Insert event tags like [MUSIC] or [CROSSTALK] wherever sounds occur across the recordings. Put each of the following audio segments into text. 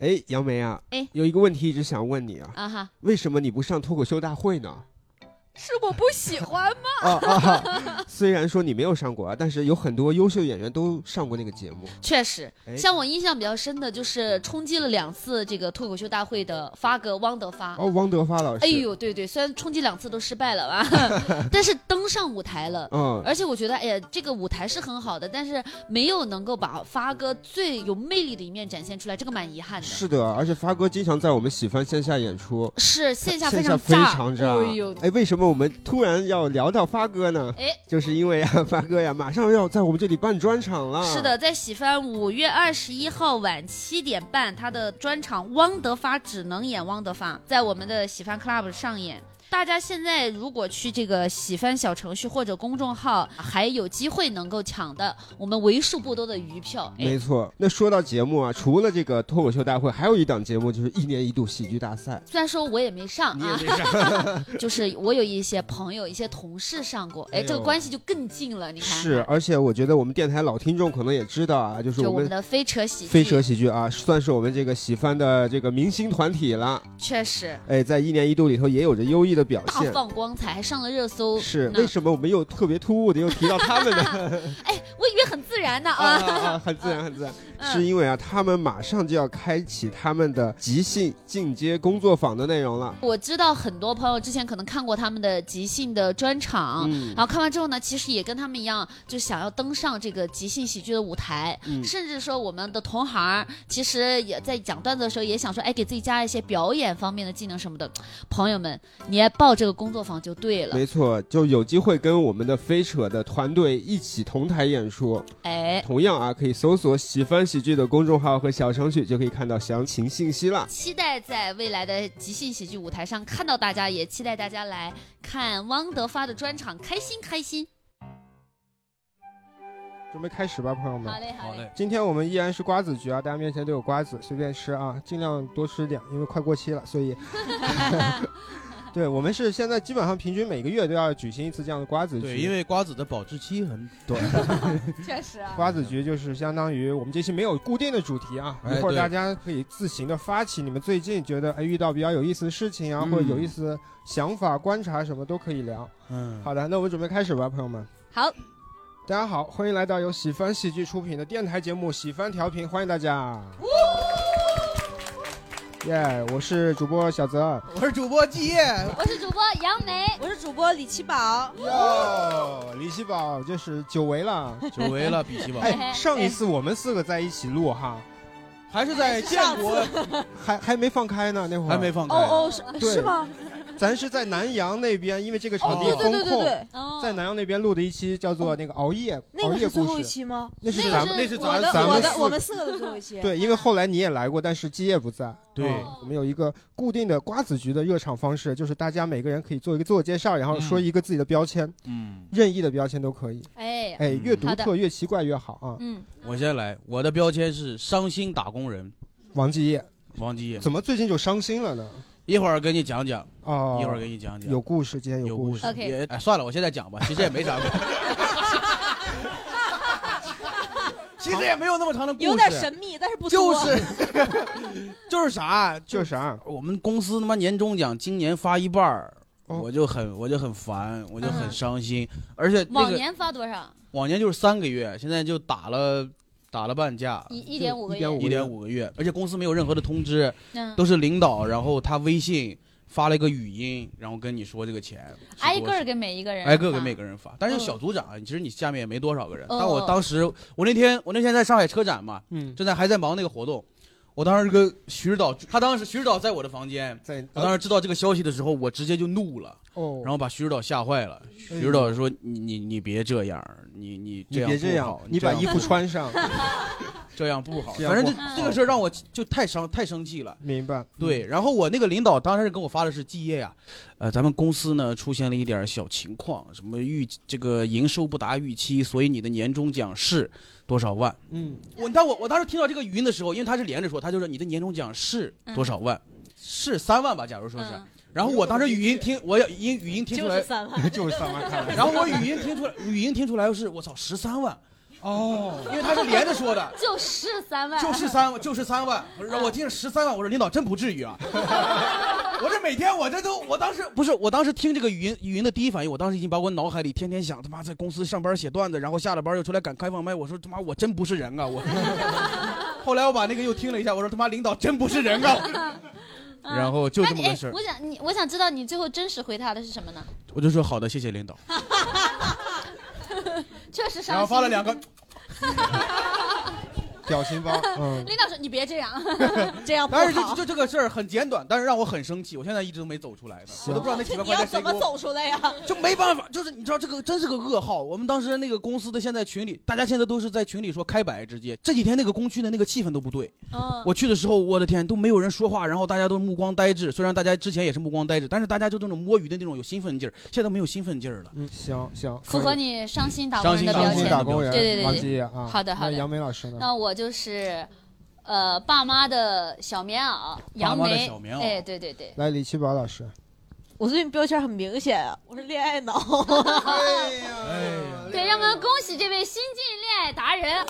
哎，杨梅啊，哎有一个问题一直想问你啊，啊哈，为什么你不上脱口秀大会呢？是我不喜欢吗？啊啊！虽然说你没有上过啊，但是有很多优秀演员都上过那个节目。 [LAUGHS] 确实，哎像我印象比较深的就是冲击了两次这个脱口秀大会的发哥汪德发。哦，王德发老师，哎，呦，对对，虽然冲击两次都失败 [LAUGHS] 了吧，但是登上舞台了。嗯，而且我觉得，哎呀，这个舞台是很好的，但是没有能够把发哥最有魅力的一面展现出来，这个蛮遗憾的。是的，而且发哥经常在我们喜番线下演出，是线下非常常非炸，炸哎呦，。哎，为什么我们突然要聊到发哥呢？哎，就是因为啊，发哥呀，马上要在我们这里办专场了。是，的，在哎喜番五月二十一号晚七点半，他的专场《汪德发只能演汪德发》在我们的喜番 Club 上演。大家现在如果去这个喜番小程序或者公众号，还有机会能够抢的我们为数不多的余票。哎没，错。那说到节目啊，除了这个脱口秀大会，还有一档节目就是一年一度喜剧大赛。虽然说我也没上你也啊，没上， [LAUGHS] [LAUGHS] 就是我有一些朋友、一些同事上过，哎哎，呦这个关系就更近了。你看看，是，而且我觉得我们电台老听众可能也知道啊，就是就我我们们的飞车喜剧，飞蛇喜剧啊，算是我们这个喜番的这个明星团体了。确实哎，在一年一度里头也有着优异的表大现。放光彩，还上了热搜呢。是，为什么我们又特别突兀的又提到他们呢？ [LAUGHS] 哎，我以为很自然呢啊啊。啊，啊很自然，很自然，嗯是因为啊，他们马上就要开启他们的即兴进阶工作坊的内容了。 [LAUGHS] 我知道很多朋友之前可能看过他们的即兴的专场，嗯然后看完之后呢，其实也跟他们一样，就想要登上这个即兴喜剧的舞台。嗯，甚至说，我们的同行儿其实也在讲段子的时候，也想说，哎，给自己加一些表演方面的技能什么的。朋友们，你来报这个工作坊就对了。没错，就有机会跟我们的飞扯的团队一起同台演出。哎，同样啊，可以搜索喜番喜剧的公众号和小程序，就可以看到详情信息了。期待在未来的即兴喜剧舞台上看到大家，也期待大家来看汪德发的专场，开心开心。准备开始吧，朋友们好。嘞，好好嘞，嘞，今天我们依然是瓜子局啊，大家面前都有瓜子，随便吃啊，尽量多吃点，因为快过期了，[LAUGHS] 所以。对，我们是现在基本上平均每个月都要举行一次这样的瓜子局，对，因为瓜子的保质期很对确实啊。瓜子局就是相当于我们这期没有固定的主题啊，哎一会儿对大家可以自行的发起你们最近觉得哎遇到比较有意思的事情啊，嗯或者有意思的想法、观察什么都可以聊。嗯好的，那我们准备开始吧，朋友们。好，大家好，欢迎来到由喜翻喜剧出品的电台节目《喜翻调频》，欢迎大家。耶我是主播 [LAUGHS] 小泽。我是主播季夜，我是主播杨梅。我是主播李奇宝，哦哟，李希宝就是久违了。久违了，比奇宝， [LAUGHS] 哎，上一次我们四个在一起录哈，还是在建国还还没放开呢，那会儿还没放开，哦哦，是对是吗？ [LAUGHS] 咱是在南阳那边，因为这个场地对哦封对对对控，对，哦在南阳那边录的一期叫做那个熬夜、哦那熬个夜是最后故一事，期吗？那是那个咱是们那是我咱的咱我们的四我们四个的最后一期。对，因为后来你也来过，但是基业不在。对哦我们有一个固定的瓜子局的热场方式，就是大家每个人可以做一个自我介绍，然后说一个自己的标签，嗯，任意的标签都可以。哎，哎，嗯越独好特的 [LAUGHS] 越奇怪越好啊！嗯，我先来，我的标签是伤心打工人王继业王继业，怎么最近就伤心了呢？一会儿跟你讲讲，哦，一会儿给你讲讲，有故事，今天有故故事事。 OK 也哎算了，我现在讲吧，其实也没 [LAUGHS] 啥故事，其实也没有那么长的故事，有点神秘，但是不就多是 [LAUGHS] 就是啥，就就是啥？我们公司他妈年终奖今年发一半儿。哦我就很我就很烦，我就很嗯伤心，而且那往个年发多少？往年就是三个月，现在就打了打了半价，一一点五个月。 1.5一点五个月，而且公司没有任何的通知，嗯，都是领导，然后他微信发了一个语音，然后跟你说这个钱，挨个儿给给每一个人。挨个给每个。个人发，但是小组长啊，其实你下面也没多少个人，哦但我当时我那天我那天在上海车展嘛，嗯，正在还在忙那个活动，我当时跟徐指导，他当时徐指导在我的房间。在我当时知道这个消息的时候，我直接就怒了，哦，然后把徐指导吓坏了。徐指导说：“你你你别这样，你你这你样别这不样好，你把这样衣不好服穿上，这样不好，这样反正不这好这个事儿让我就太伤太生气了。明白？嗯对，然后我那个领导当时给我发的是季业呀，呃，咱们公司呢出现了一点小情况，什么预这个营收不达预期，所以你的年终奖是多少万？嗯，我但我我当时听到这个语音的时候，因为他是连着说，他就说你的年终奖是嗯多少万，是三万吧，假如说是。嗯然后我当时语音听，我要音语音听出就来 [LAUGHS] 是，三万，就是三万看来。然后我语音听出来，语音听出来是我操十三万，哦， [LAUGHS] 因为他是连着说，的 [LAUGHS] 就是三万，就是三万，就是三万。我说我听十三万，我说领导真不至于啊。我这每天我这都，我当时不是，我当时听这个语音语音的第一反应，我当时已经把我脑海里天天想他妈在公司上班写段子，然后下了班又出来赶开放麦，我说他妈我真不是人啊我。后来我把那个又听了一下，我说他妈领导真不是人啊。 [LAUGHS] 嗯然后就这么那你个事儿哎我想你，我想知道你最后真实回答的是什么呢？ [LAUGHS] 我就说好的，谢谢领导。确实伤心。然后发了 [LAUGHS] 两个， [LAUGHS] 表情包，嗯，领导说你别这 [LAUGHS] 样，这样不但是就好。就这个事儿很简短，但是让我很生气，我现在一直都没走出来呢，我都不知道那几万你块要钱谁怎给么我走出来呀？就没办法，就是你知道这个真是个噩耗。我们当时那个公司的现在群里，大家现在都是在群里说开摆直接。这几天那个工区的那个气氛都不对。嗯，我去的时候，我的天，都没有人说话，然后大家都目光呆滞。虽然大家之前也是目光呆滞，但是大家就这种摸鱼的那种有兴奋劲儿，现在都没有兴奋劲儿了。嗯，行行，符合你你伤心打工人的标伤当心心签。打工人，对对对对王继业啊，好的好的那杨梅老师呢？那我就是，呃，爸妈的小棉袄，杨爸妈的梅小棉袄哎，对对对，来，李奇宝老师，我最近标签很明显啊，我是恋爱脑。哎 [LAUGHS] 对，让我们恭喜这位新晋恋爱达人。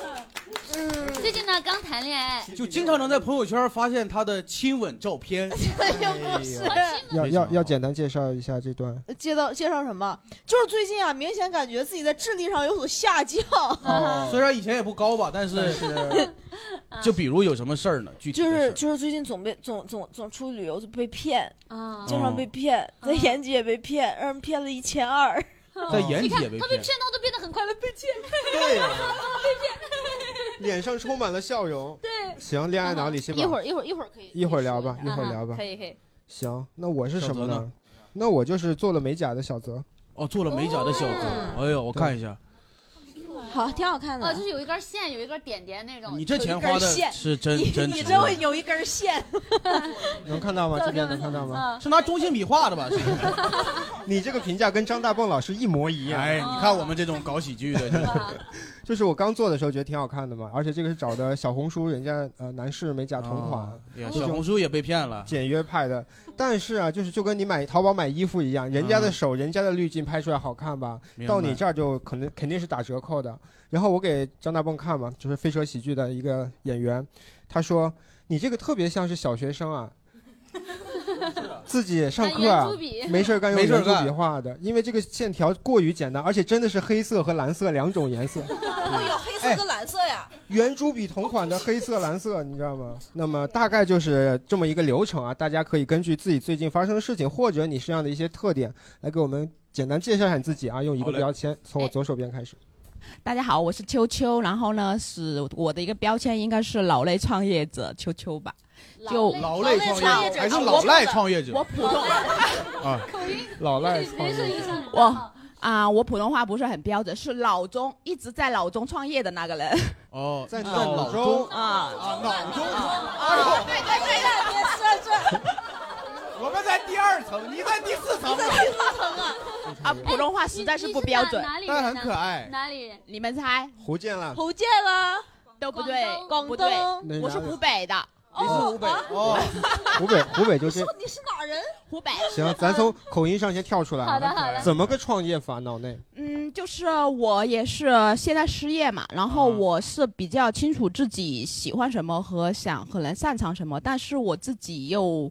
嗯最近呢，刚谈恋爱， [LAUGHS] 就经常能在朋友圈发现他的亲吻照 [LAUGHS] 片。要哎非常要好要简单介绍一下这段，介绍介绍什么？就是最近啊，明显感觉自己在智力上有所下降。虽然以前也不高吧，啊但是 [LAUGHS] 就比如有什么事儿呢？具体就的事是儿就是最近总被总总总出去旅游就被骗，啊，经常被骗，在延吉也被骗，让人骗了一千二。在眼哦你底看哎也被他被骗骗到都变得很快乐，被骗。对呀， [LAUGHS] 脸上充满了笑 [LAUGHS] 容。对，行，恋爱脑李奇 [LAUGHS] 一会宝，儿一会儿一会儿可以，一会儿聊吧可以说一会儿啊聊吧可以可以。行，那我是什么小泽呢？那我就是做了美甲的小泽，哦，做了美甲的小哥，哎呦，我看一下，好，挺好看哦，就是有一根线，有一个点点那种。你这钱花的是真你真你值这会哦有一根线，能看到吗？这边能看到吗？啊，是拿中性笔画的 [LAUGHS] 吧？是 [LAUGHS] 你这个评价跟张大蹦老师一模一样。哎，你看我们这种搞喜剧 [LAUGHS] 的，就是哇就是我刚做的时候觉得挺好看的嘛，而且这个是找的小红书人家呃男士美甲同款。啊呀小红书也被骗了。简约派的，但是啊，就是就跟你买淘宝买衣服一样，人家的手、人家的滤镜拍出来好看吧，嗯明白到你这儿就可能肯定是打折扣的。然后我给张大蹦看嘛，就是飞车喜剧的一个演员，他说你这个特别像是小学生啊，自己上课圆啊珠，笔，没事儿干用没事儿圆珠笔干画的，因为这个线条过于简单，而且真的是黑色和蓝色两种颜色。有黑色哎跟蓝色呀。圆珠笔同款的黑色、蓝色，你知道吗？那么大概就是这么一个流程啊，大家可以根据自己最近发生的事情，或者你身上的一些特点，来给我们简单介绍一下你自己啊，用一好个嘞哎标签，从我左手边开始。大家好，我是秋秋，然后呢是我的一个标签应该是老类创业者秋秋吧，就劳累创业创业者者还是啊老我赖创业者？我普通老赖创没事业，影响我啊、我普通话不是很标准，是老中一直在老中创业的那个人哦，在脑脑中啊。啊，脑中，啊，对对对呀，别说这，我们在第二层，你在第四层，啊， [LAUGHS] 普通话实在是不标 [LAUGHS] 准，哪里啊但人很呢？可爱。哪里人？你们猜胡建了，福建啦，都不对，广不东对，，那我是湖北的，你是湖北哦，湖北，湖北就这说。你是哪人？湖北，行，咱从口音上先跳出来好的啊。好的，怎么个创业法？脑内嗯，就是我也是现在失业嘛，然后啊我是比较清楚自己喜欢什么和想可能擅长什么，但是我自己又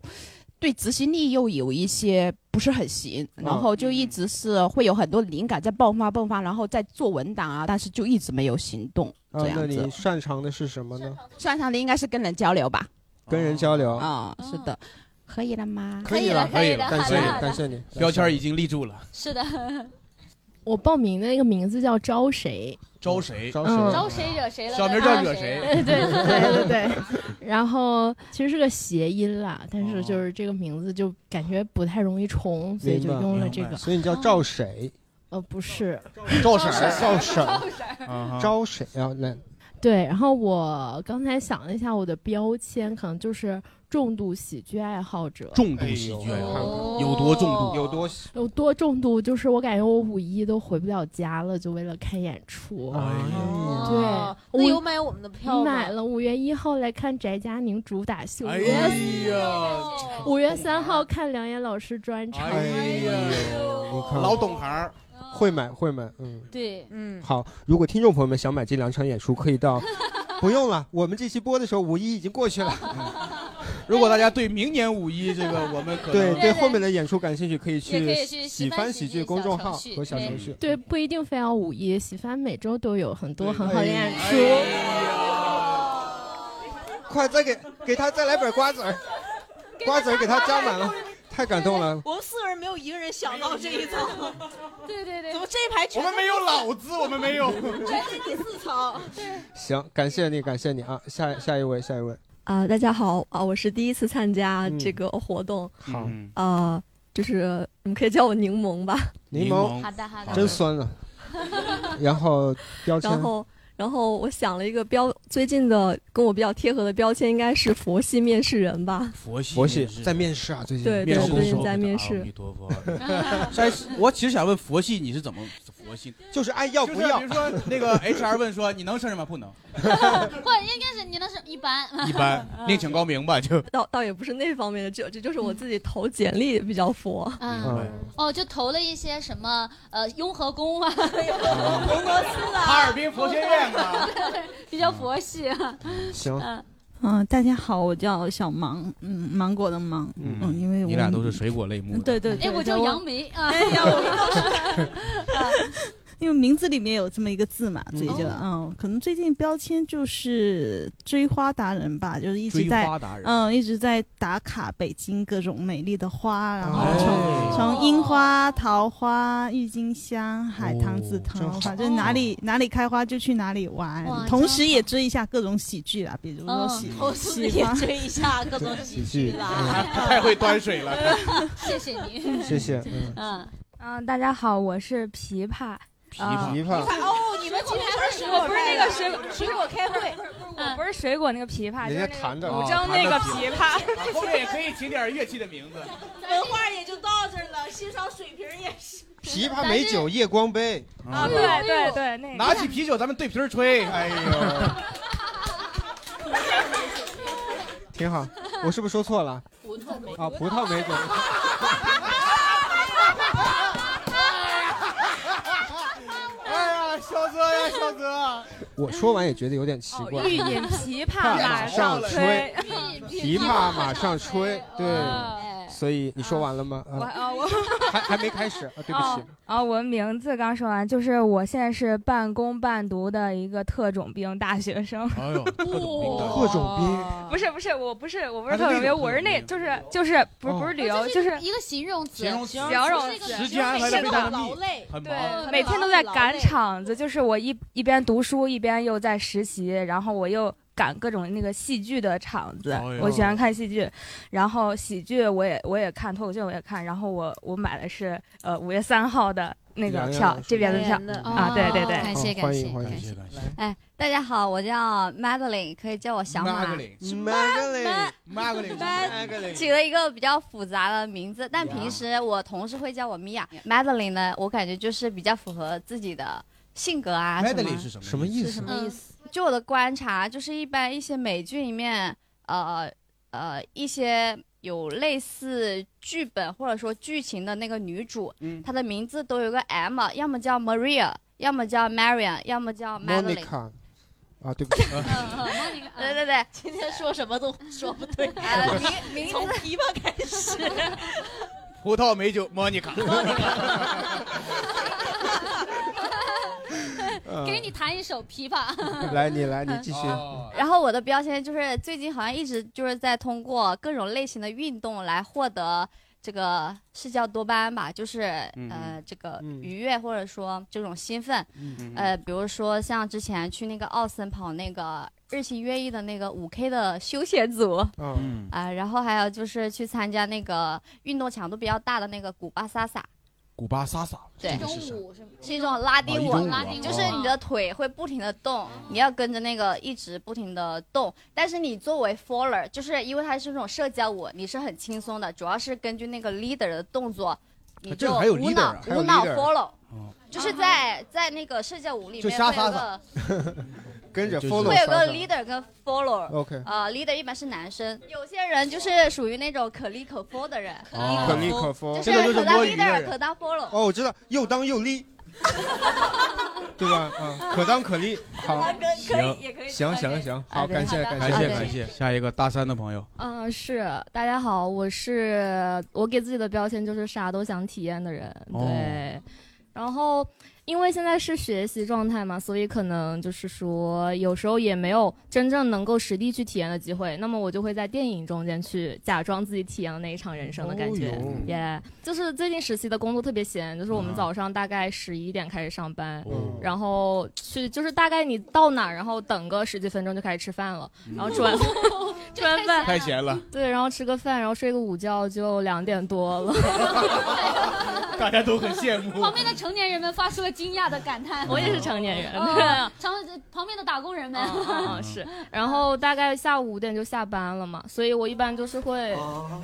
对执行力又有一些不是很行，哦然后就嗯一直是会有很多灵感在迸发迸发，然后在做文档啊，但是就一直没有行动啊这，样子那你。擅长的是什么呢？擅长的应该是跟人交流吧？跟人交流，啊、是的，可以了吗？可以了，了。可以可以了好感的谢你好，的感谢你。标签已经立住了，是的， [LAUGHS] 我报名的那个名字叫招谁，招谁？啊招嗯谁？招谁惹谁了？小名惹叫惹谁？对对对对对， [LAUGHS] 然后其实是个谐音啦，但是就是这个名字就感觉不太容易重，所以就用了这明白个。所哦以你叫赵谁？呃，不是，赵赵婶婶赵婶，儿，赵招谁啊？来，对。然后我刚才想了一下，我的标签可能就是重度喜剧爱好者。重度喜剧哎爱好呦者，哦有多重度有多有多重度？就是我感觉我五一都回不了家了，就为了看演出。哦对我那有买我们的票吗？买了五月一号来看翟佳宁主打秀， [LAUGHS] 哎五月呀，五月三号看梁岩老师专场。哎呀，你看，哦老懂行儿，会买会买，嗯。对，嗯，好，如果听众朋友们想买这两场演出，可 [LAUGHS] 以到，不用了，我们这期播的时候五一已经过去了。嗯如果大家对明年五一这个，我们可对能对后面的演出感兴趣，可以也可去以去喜喜欢翻喜喜剧剧公小众程号序和小对程序。对，不一定非要五一，喜番每周都有很多很好的演出。哎快再给给他再来本瓜子儿，瓜子儿给他加满了，太感动了。我们四个人没有一个人想到这一层， [LAUGHS] 对对对怎，么这一排我全们没有老子，我们没有。全是第四层？行，感谢你，感谢你啊！下下一位，下一位，啊、大家好啊，我是第一次参加嗯这个活动好，嗯啊、就是你们可以叫我柠檬吧。 [LAUGHS] 柠檬好的好的，真酸啊。然后标签然，后，然后我想了一个标，最近的跟我比较贴合的标签应该是佛系面试人吧。佛系佛系在面试啊，最近对面对，试最的时近候在面试。陀 [LAUGHS] 佛。但是我其实想问佛系你是怎么佛系？就是爱要就不是哎要比，如说那个 HR 问说你能胜任吗？不 [LAUGHS] 能，或者应该是你那是一般，一般，另请高明吧。就倒倒也不是那方面的，这这就是我自己投简历比较佛。 [LAUGHS] [LAUGHS] 嗯，嗯，哦，就投了一些什么呃雍和宫 [LAUGHS] 啊，啊哈尔滨佛学 [LAUGHS] 院啊，比较佛系，啊行，嗯，大家好，我叫小芒，嗯，芒果的芒，哎嗯，因为我水果类目嗯 [LAUGHS] 对对对，哎，我叫杨梅啊，哎呀，我 [LAUGHS] 啊因为名字里面有这么一个字嘛，所以就哦嗯，可能最近标签就是追花达人吧，就是一直追在花达人，嗯一直在打卡北京各种美丽的花，然后从、哎从樱花、哦桃花、郁金香、海棠、紫真藤，好反正哪里哪里开花就去哪里玩哦哇，同真时也追一下各种喜剧啦，比如说嗯喜投资也追一 [LAUGHS] 下各种喜剧啦。太会端水了。 [LAUGHS] 谢谢你， [LAUGHS] 谢谢，嗯，嗯，嗯，大家好，我是琵琶。呃琵琶，哦，你们今天不是水果派的，嗯水水果开会，我不是水果那个琵琶人家弹的，张那个琵琶。啊琶，后面也可以起点乐器的名字。文化也就到这儿了，欣赏水平也是。 [LAUGHS] 琵琶美酒夜光杯，啊对对对，那拿起啤酒，咱们对瓶儿吹。哎呦， [LAUGHS] 挺好。我是不是说错了？葡萄梅，啊，葡萄美酒，哎呀，小泽呀，小泽，啊我说完也觉得有点奇怪。欲饮琵琶马马上上吹吹。琵琶马上吹，对，哎所以你说完了吗？我啊，啊我 [LAUGHS] 还还没开始啊，对不哦起，啊我名字刚说完，就是我现在是半工半读的一个特种兵大学生。哎 [LAUGHS] 呦，各种兵，不是不是，我不是我不啊是对特种那兵，种我是特种那兵就是就是不是哦不是旅这游，就是一个形容词，形容词，形容这个词时间安排的是非个常的劳密，累，很忙。哦对，每天都在赶场子，就是我一一边读书一边又在实习，然后我又赶各种那个戏剧的场子哎呦。我喜欢看戏剧，然后喜剧我也我也看，脱口秀我也看。然后我我买的是呃五月三号的那两个样票的，是这边的票。的哦啊对对对感好谢感欢谢迎欢迎感谢，感谢。哎，大家好，我叫 Madeline，可以叫我小马。 Magdalene， Magdalene，起了一个比较复杂的名字，但呀平时我同事会叫我米娅。Madeline 呢，我感觉就是比较符合自己的性格啊什 Magdalene 么。是什么？什么意思？嗯，据我的观察，就是一般一些美剧里面，呃呃，一些有类似剧本或者说剧情的那个女主，嗯她的名字都有个 M，要么叫 Maria，要么叫 Marian，要么叫 Madeline。 Monica，啊，对不起，嗯 [LAUGHS] 对对对，今天说什么都说不 [LAUGHS] 对，哎呃，名名字从琵琶开始。葡萄美酒莫妮卡。嗯给你弹一首琵琶， [LAUGHS] 来你来你继续，哦然后我的标签就是最近好像一直就是在通过各种类型的运动来获得这个是叫多巴胺吧，就是嗯嗯呃这个嗯愉悦或者说这种兴奋，嗯 [LAUGHS] 呃比如说像之前去那个奥森跑那个日新月异的那个五 K 的休闲组哦啊、嗯，然后还有就是去参加那个运动强度比较大的那个古巴萨萨， [LAUGHS] 古巴萨萨，对一种舞是吗？是一种拉哦丁一舞，种舞拉啊丁舞就是你的腿会不停的哦动，你要跟着那个一直不停的动。但是你作为 follower，就是因为它是那种社交舞，你是很轻松的，主要是根据那个 leader 的动作，你这就个还有无 leader 脑啊还有无脑 leader follow 哦。就是啊在在那个社交舞里就面沙会有发个跟着就是 follow 会有莎个莎 leader 跟 follower， OK，呃，leader 一般是男生，有些人就是属于那种可立可 f o 的人，哦可立可 follow，就这个就是是可当摸鱼的 leader 人可当 follow，哦，我知道，又当又立， [LAUGHS] 对吧？啊，可当可立。好，啊可以可以也可以行行行，好，感谢感感谢谢感谢。下一个大三的朋友，嗯、是大家好，我是我给自己的标签就是啥都想体验的人，对。哦然后因为现在是学习状态嘛，所以可能就是说有时候也没有真正能够实地去体验的机会，那么我就会在电影中间去假装自己体验了那一场人生的感觉哦，哟耶、就是最近实习的工作特别闲，就是我们啊早上大概十一点开始上班，哦然后去就是大概你到哪儿，然后等个十几分钟就开始吃饭 [LAUGHS] 了，然后吃完吃完饭太闲了，对，然后吃个饭，然后睡个午觉，就两点多了。 [LAUGHS] 大家都很羡 [LAUGHS] 慕。旁边的成年人们发出了惊讶的感叹。我也是成年人哦 [LAUGHS] 常旁边的打工人们。嗯，是， [LAUGHS] 然后大概下午五点就下班了嘛，所以我一般就是会，哦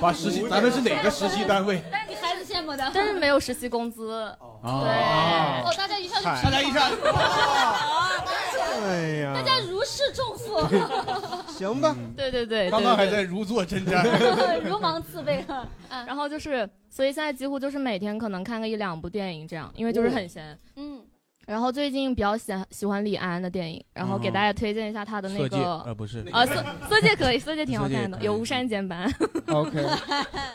把实习， [LAUGHS] 咱们是哪个实习单 [LAUGHS] 位？但是你孩子羡慕 [LAUGHS] 的，但是没有实习工资，哦啊哦，大家一下就嗨大家一下哎呀哦大家如释重负，行吧，嗯对对对，刚刚还对在嗯如坐针毡。 [LAUGHS] 如芒刺 [LAUGHS] 背。啊然后就是，所以现在几乎就是每天可能看个一两部电影这样，因为哦就是很闲。嗯，然后最近比较喜喜欢李安的电影，然后给大家推荐一下他的那色戒个，呃不是啊色色戒可以，色戒挺好色戒看的，可以有吴山剪 [LAUGHS] 版。 OK [LAUGHS]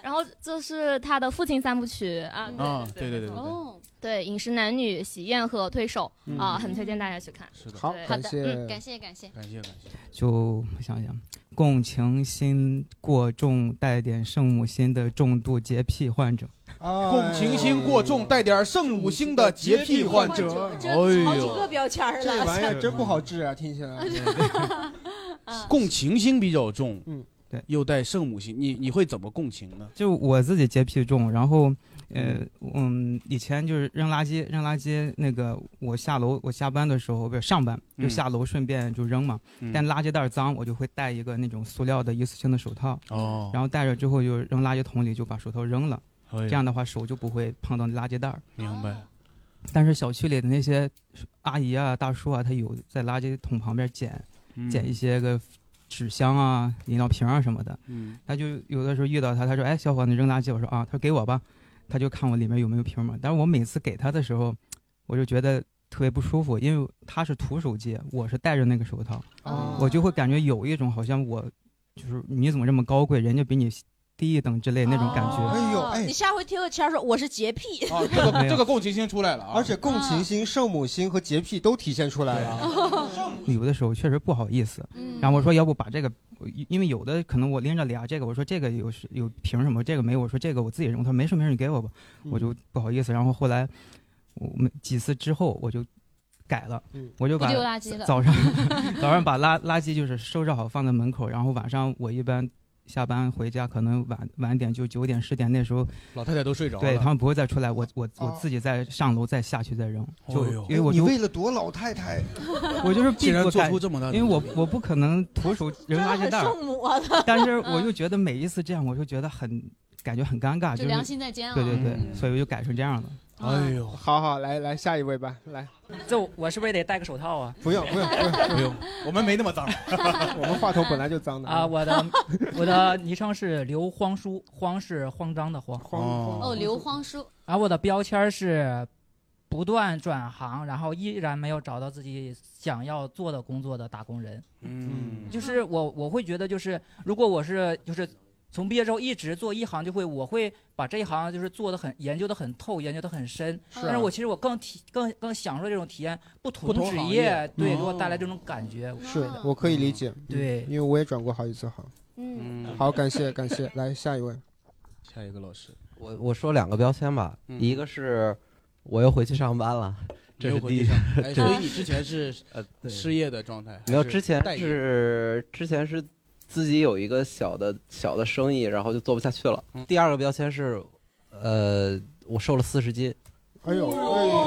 然后就是他的父亲三部曲啊，对啊，对对对对，哦，对《饮食男女》《喜宴》和《推手嗯》啊，很推荐大家去看。是的好对感谢嗯感谢感谢感谢感谢。就我想想，共情心过重带点圣母心的重度洁癖患者。哎共情心过重，带点圣母心的洁癖患者。哎这好几个标签儿了这玩意儿真不好治啊！听起来，哎共情心比较重，嗯，对，又带圣母心，你你会怎么共情呢？就我自己洁癖重，然后，呃，嗯，以前就是扔垃圾，扔垃圾那个，我下楼，我下班的时候不是上班，嗯就下楼顺便就扔嘛。嗯但垃圾袋脏，我就会戴一个那种塑料的一次性的手套，哦然后戴着之后就扔垃圾桶里，就把手套扔了。哎呀这样的话，手就不会碰到垃圾袋儿。明白。但是小区里的那些阿姨啊、大叔啊，他有在垃圾桶旁边捡、嗯捡一些个纸箱啊、饮料瓶啊什么的。嗯他就有的时候遇到他，他说：“哎，小伙，你扔垃圾。”我说：“啊。”他说：“给我吧。”他就看我里面有没有瓶嘛。但是我每次给他的时候，我就觉得特别不舒服，因为他是徒手接，我是戴着那个手套，哦我就会感觉有一种好像我就是你怎么这么高贵，人家比你低一等之类那种感哦觉。哎你下回贴个签儿说我是洁癖。啊，哎这个这个共情心出来了啊，而且共情心、圣母心和洁癖都体现出来了。 [LAUGHS] 有的时候确实不好意思。嗯然后我说，要不把这个，因为有的可能我拎着俩这个，我说这个有是有凭什么，这个没有，我说这个我自己扔。他说没事没事，你给我吧，嗯我就不好意思。然后后来我们几次之后，我就改了，嗯我就把不丢垃圾了早上 [LAUGHS] 早上把垃垃圾就是收拾好放在门口，然后晚上我一般。下班回家可能晚晚点就九点十点那时候，老太太都睡着了对他们不会再出来，我我我哦自己再上楼再下去再扔，就哎呦因为我你就为了躲老太太， [LAUGHS] 我就是竟避然不做敢出这么大的因为我我不可能徒手扔垃圾袋儿，母啊他但是我就觉得每一次这样，我就觉得很感觉很尴尬，就就是良心在啊煎熬对对对，嗯所以我就改成这样了。哎呦，好好来来下一位吧，来， [LAUGHS] 这我是不是也得戴个手套啊？不用不用不用 [LAUGHS] 不用，我们没那么脏， [LAUGHS] 我们话筒本来就脏的啊！我的我的昵称是刘荒叔，荒是慌张的慌，哦，刘荒叔，而我的标签是不断转行，然后依然没有找到自己想要做的工作的打工人。嗯，就是我我会觉得，就是如果我是就是从毕业之后一直做一行，就会我会把这一行就是做的很研究的很透，研究的很深。是啊但是我其实我更体更更享受这种体验，不不同同职行业业对嗯给我带来这种感觉。嗯是哦我可以理解，对嗯因为我也转过好几次行。嗯好，感谢感谢，来下一位，下一个老师，我我说两个标签吧，嗯一个是我又回去上班了，这没是有回第地一 [LAUGHS] 上。[LAUGHS] 这哎，所以你之前是呃对失业的状态，没有还是之前待业是之前是自己有一个小的小的生意，然后就做不下去了。嗯第二个标签是，呃，我瘦了四十斤。哎呦，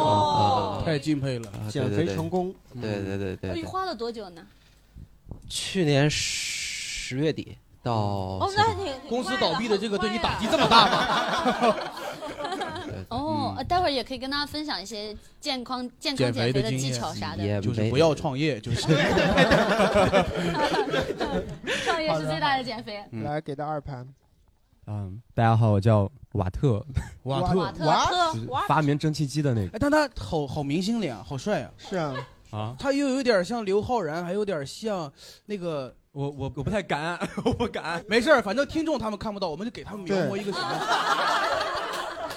啊太敬佩了哎啊对减对肥对成功对对对对你对，花了多久呢？去年十月底到哦，那你公司倒闭的这个对你打击这么大吗？ [LAUGHS] 嗯哦，呃待会儿也可以跟大家分享一些健康健康减肥的技巧啥的。也就是没不要创业， [LAUGHS] 就是 [LAUGHS] 创业是最大的减肥。哎来给到二盘，嗯，大家好，我叫瓦特，瓦特瓦特瓦特是发明蒸汽机的那哎，个但他好好明星脸，好帅啊！是啊，啊。他又有点像刘昊然，还有点像那个。我我我不太敢，啊 [LAUGHS] 我不敢。没事儿，反正听众他们看不到，我们就给他们描摹对一个形象。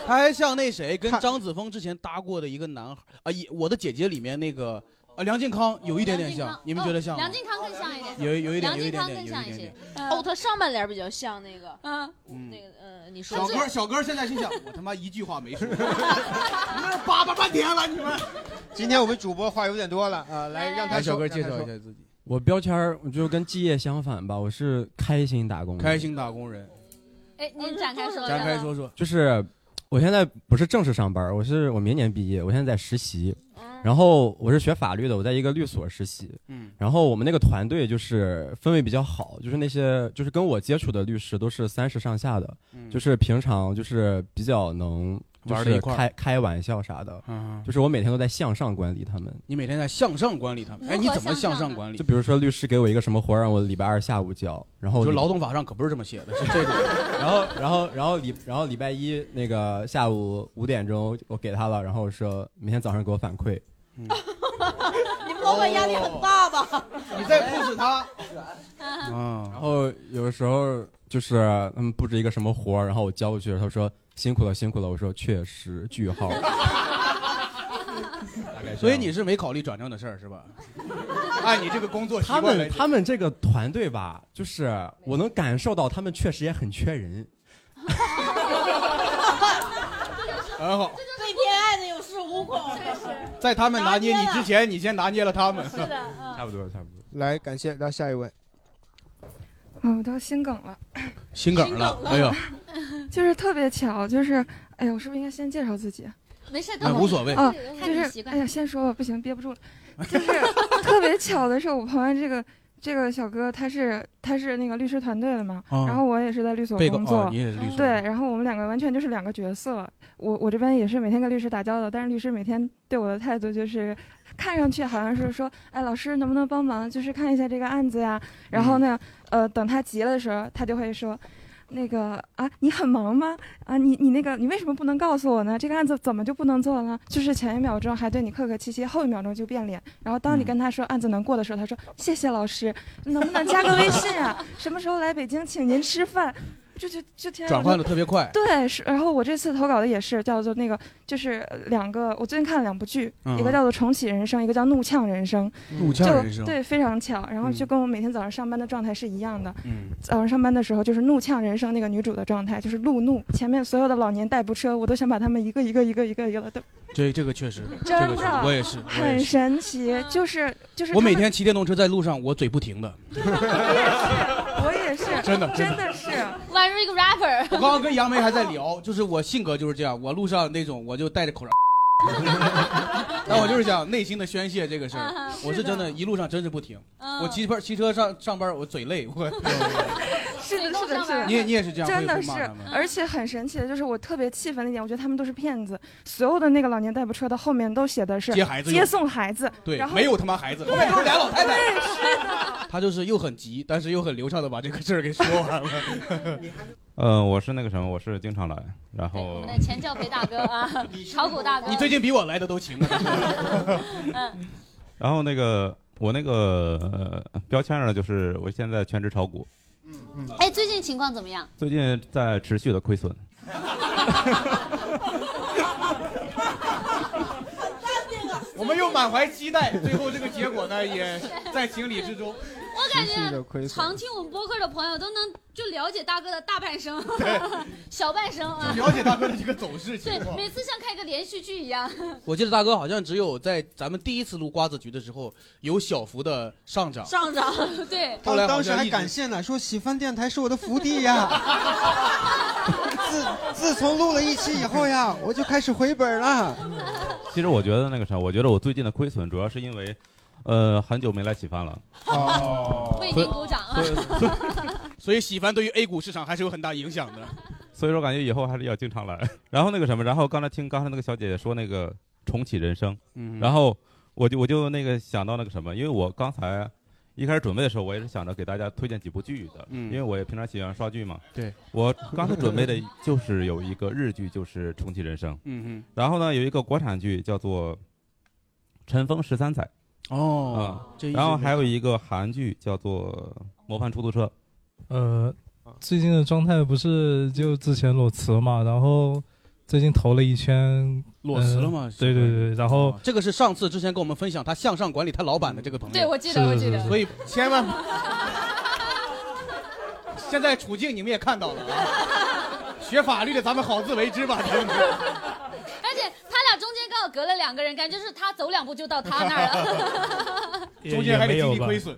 他还像那谁，跟张子枫之前搭过的一个男孩啊，一我的姐姐里面那个啊，梁靖康有一点点像，你们觉得像哦吗？梁靖康更像一点，有有一点梁靖康更有一点点像有一一点点些。哦，他上半脸比较像那个，嗯，嗯那个，嗯，你说小哥，小哥现 [LAUGHS] 在心想，我他妈一句话没 [LAUGHS] 说，你们 [LAUGHS] 这叭叭半天了，你们。今天我们主播话有点多了啊，来让他来小哥说介绍让他一说下自己。我标签儿我就跟基业相反吧，我是开心打工人，开心打工人，哎，哦您展开说，展开说说。就是我现在不是正式上班，我是我明年毕业，我现在在实习。然后我是学法律的，我在一个律所实习。嗯然后我们那个团队就是氛围比较好，就是那些就是跟我接触的律师都是三十上下的，嗯就是平常就是比较能就玩儿是在一块儿开开玩笑啥的，嗯就是我每天都在向上管理他们。你每天在向上管理他们，哎，如你何怎么向上向啊上呢管理？就比如说律师给我一个什么活儿，让我礼拜二下午交，然后就礼劳动法上可不是这么写的，是 [LAUGHS] 这种。然后，然后，然后礼，然后礼拜一那个下午五点钟我给他了，然后我说明天早上给我反馈。嗯你们老板压力很大吧？哦你在 push 他，啊嗯，然后有的时候就是他们布置一个什么活儿，然后我交过去，他说辛苦了，辛苦了。我说确实，句 [LAUGHS] 号。所以你是没考虑转正的事儿是吧？ [LAUGHS] 按你这个工作习他惯来们讲他们这个团队吧，就是我能感受到他们确实也很缺人。很 [LAUGHS] 好，对恋爱的有恃无恐，在他们拿捏你之前，你先拿捏了他们。是的， [LAUGHS] 嗯。差不多，差不多。来，感谢，到下一位。嗯，我到心梗了， [LAUGHS] 心梗了，哎呦，就是特别巧，就是哎呀，我是不是应该先介绍自己？没事，哎无所谓啊，看就你是习惯哎呀，先说吧，不行，憋不住了。就是 [LAUGHS] 特别巧的是，我旁边这个这个小哥，他是他是那个律师团队的嘛，啊然后我也是在律所被告工作，哦你也是律所对，然后我们两个完全就是两个角色。我我这边也是每天跟律师打交道，但是律师每天对我的态度就是。看上去好像是说，哎，老师能不能帮忙，就是看一下这个案子呀？然后呢，嗯呃，等他急了的时候，他就会说，那个啊，你很忙吗？啊，你你那个你为什么不能告诉我呢？这个案子怎么就不能做呢？就是前一秒钟还对你客客气气，后一秒钟就变脸。然后当你跟他说案子能过的时候，他说谢谢老师，能不能加个微信啊？什么时候来北京请您吃饭？就就就天啊转换我的就特别快。对，是。然后我这次投稿的也是叫做那个，就是呃两个，我最近看了两部剧，一嗯个叫做《重启人生》，一个叫《怒呛人生》。怒呛就人生对，非常巧。然后就嗯跟我每天早上上班的状态是一样的。嗯早上上班的时候就是怒呛人生那个女主的状态，就是路怒。前面所有的老年代步车，我都想把他们一个一个一个一个一个的都，这这个确实，这真个确实的，我也是，我也很是。神奇。就是就是，我每天骑电动车在路上，我嘴不停的。我也是，真的真真的的是。宛如一个 rapper。 [LAUGHS] 我刚刚跟杨梅还在聊，就是我性格就是这样，我路上那种我就戴着 [LAUGHS] 口罩。但我就是想内心的宣泄这个事儿啊，我是是的真的，一路上真是不停。嗯我骑车骑车上上班，我嘴累，我是的，是的，是的，你也你也是这样真的会是骂他们，而且很神奇的就是，我特别气愤的一点，我觉得他们都是骗子。所有的那个老年代步车的后面都写的是接孩子用接送孩子，对然，后没有他妈孩子，后面都是俩老太太。 [LAUGHS] 他就是又很急，但是又很流畅的把这个事儿给说完了。 [LAUGHS] 呃，我是那个什么，我是经常来，然我后们的前教培大哥啊，炒股大哥，你最近比我来的都勤啊。嗯，然后那个我那个、呃、标签呢，就是我现在全职炒股，哎，最近情况怎么 [LAUGHS] 样？最近在持续的亏损。 [LAUGHS] 我们又满怀期待，最后这个结果呢，也在情理 [LAUGHS] 之中。我持续地感亏觉损常听我们播客的朋友都能就了解大哥的大半生对、 [LAUGHS] 小半生啊，了解大哥的这个走势情对，况。每次像看一个连续剧一样。我记得大哥好像只有在咱们第一次录瓜子局的时候有小幅的上涨，上涨，对，后来好像 [LAUGHS] 当时还一直感谢呢，说喜翻电台是我的福地呀。自自从录了一期以后呀，我就开始回本了。其实我觉得那个啥，我觉得我最近的亏损主要是因为，呃，很久没来喜番了。哦为您鼓掌啊！所以喜欢对于 A 股市场还是有很大影响的。所以说感觉以后还是要经常来。 [LAUGHS] 然后那个什么，然后刚才听刚才那个小姐姐说那个重启人生，嗯然后我就我就那个想到那个什么，因为我刚才一开始准备的时候，我也是想着给大家推荐几部剧的，因为我也平常喜欢刷剧嘛。嗯对，我刚才准备的就是有一个日剧，就是《重启人生》。嗯嗯。然后呢，有一个国产剧叫做《尘封十三载》。哦嗯这一直然后没还有一个韩剧叫做《模范出租车》。呃，最近的状态不是就之前裸辞嘛，然后最近投了一圈，裸辞了呃吗对对对，然后 [LAUGHS] 这个是上次之前跟我们分享他向上管理他老板的这个朋友，对我记得是我记得是是所以 [LAUGHS] 千万，现在处境你们也看到了 [LAUGHS] 啊，学法律的咱们好自为之吧，真的。而且他俩中间刚好隔了两个人，感觉是他走两步就到他那 [LAUGHS] 儿了。也中间还得也没有经历吧亏损，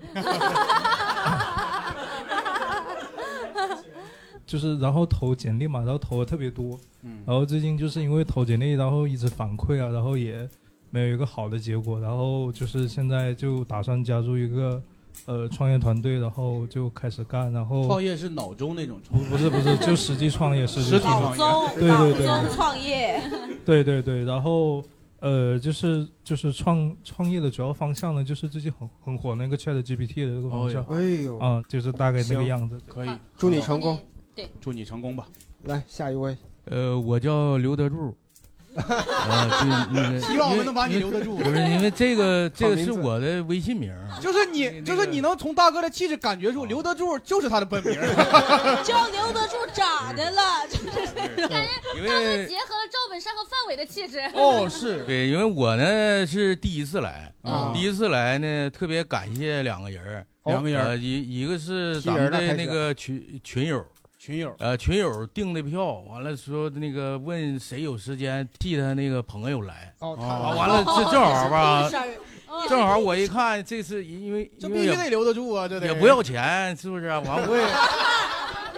就是然后投简历嘛，然后投的特别多，嗯然后最近就是因为投简历，然后一直反馈啊，然后也没有一个好的结果，然后就是现在就打算加入一个呃创业团队，然后就开始干，然后创业是脑中那种创哦不不是不是就实际创业，实际创业，对对对，创业， [LAUGHS] 对对对，然后呃，就是就是创创业的主要方向呢，就是最近很很火那个 Chat GPT 的这个方向，哎呦啊、就是大概那个行样子。可以，祝你成功。对，祝你成功吧。来下一位，呃，我叫留得 [LAUGHS] 住。呃，对，那个希望我们能把你留得住不是因为这个，这个是 [LAUGHS] 好名字我的微信名儿。就是你，哦就是你能从大哥的气质感觉出留得住就是他的本 [LAUGHS] 名，叫留得住咋的了？就是这感个。因他为结合了赵本山和范伟的气质。哦是对，因为我呢是第一次来，啊第一次来呢，特别感谢两个人儿，哦两个人儿呃一一个是踢咱们人了的开始那个群群友，群友，呃，群友订的票，完了说那个问谁有时间替他那个朋友来，哦啊完了这正好吧，正好我一看这次因为这因必为须也得留得住啊，这得也不要钱，是不是啊？完我也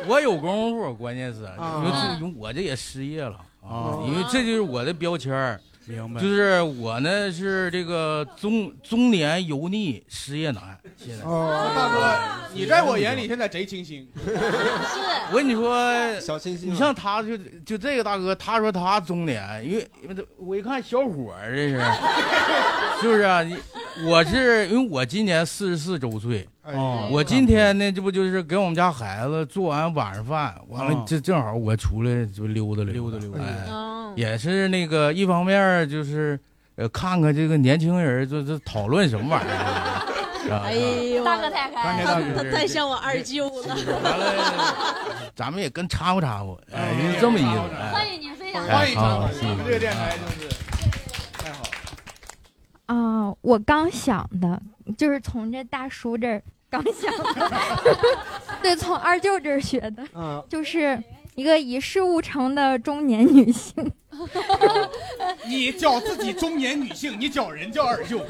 我有功夫，关键是，因为啊这我这也失业了啊啊，因为这就是我的标签儿明白就是我呢是这个中中年油腻失业男，现在。哦，大哥，你在我眼里现在贼清新，是我跟你说，小清新，啊你像他就就这个大哥，他说他中年，因为因为这我一看小伙儿这是， [LAUGHS] 是不是啊？你我是因为我今年四十四周岁，哦我今天呢，这不就是给我们家孩子做完晚上饭，完了哦这正好我出来就溜达溜达溜达溜达哎哦也是那个一方面儿就是呃看看这个年轻人这这讨论什么玩意 [LAUGHS] 儿啊。哎呦，大哥太大开哥他大哥他太像我二舅了。咱们也跟掺和掺哦和，哎，就是这么意思。哎欢迎您，非常欢哎迎常好来，谢谢我们这个电台就是太好了。啊、我刚想的，就是从这大叔这儿刚想的， [LAUGHS] 对，从二舅这儿学的，啊就是一个一事无成的中年 [LAUGHS] 女性。 [LAUGHS] 你叫自己中年女性，你叫人叫二舅，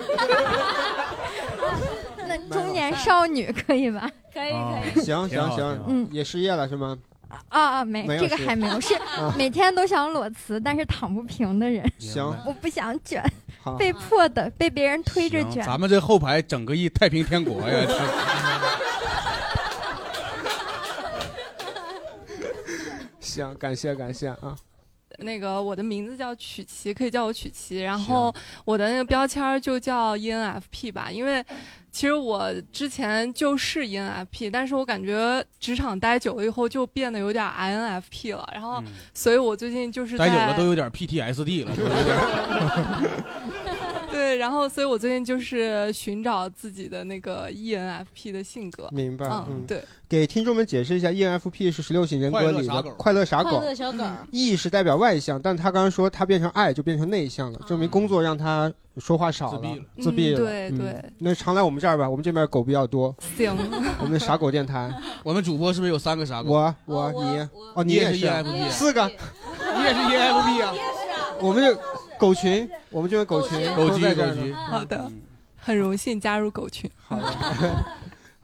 那中年少女 [LAUGHS] 可以吧？可哦行行行，嗯，也失业了是吗？啊啊，没没有这个是 [LAUGHS] 还没有，是啊每天都想裸辞，但是躺不平的人。行我不想卷好， [LAUGHS] 被迫的，被别人推着卷。咱们这后排整个一太平天国 [LAUGHS] 呀！行，感谢感谢啊。那个我的名字叫曲奇，可以叫我曲奇。然后我的那个标签儿就叫 E ENFP 吧，因为其实我之前就是 E ENFP，但是我感觉职场待久了以后就变得有点 INFP 了。然后，所以我最近就是在待久了都有点 [LAUGHS] PTSD 了，是不是？对，然后所以我最近就是寻找自己的那个 E ENFP 的性格。明白，嗯，对。给听众们解释一下，ENFP ，E 是十六型人格里的快乐傻狗快乐小狗嗯，E 是代表外向，但他刚刚说他变成 I 就变成内向了，证明工作让他说话少了，自闭了自闭了。嗯嗯对嗯对那常来我们这儿吧，我们这边狗比较 [LAUGHS] 多。行我们的傻狗电台，我们主播是不是有三个傻狗？我我你哦，你你也也是 ENFP 四个，你也是 ENFP 啊？嗯我们就狗群，我们就是狗群，狗嗯都居在这儿狗呢居好的，很荣幸加入狗群。好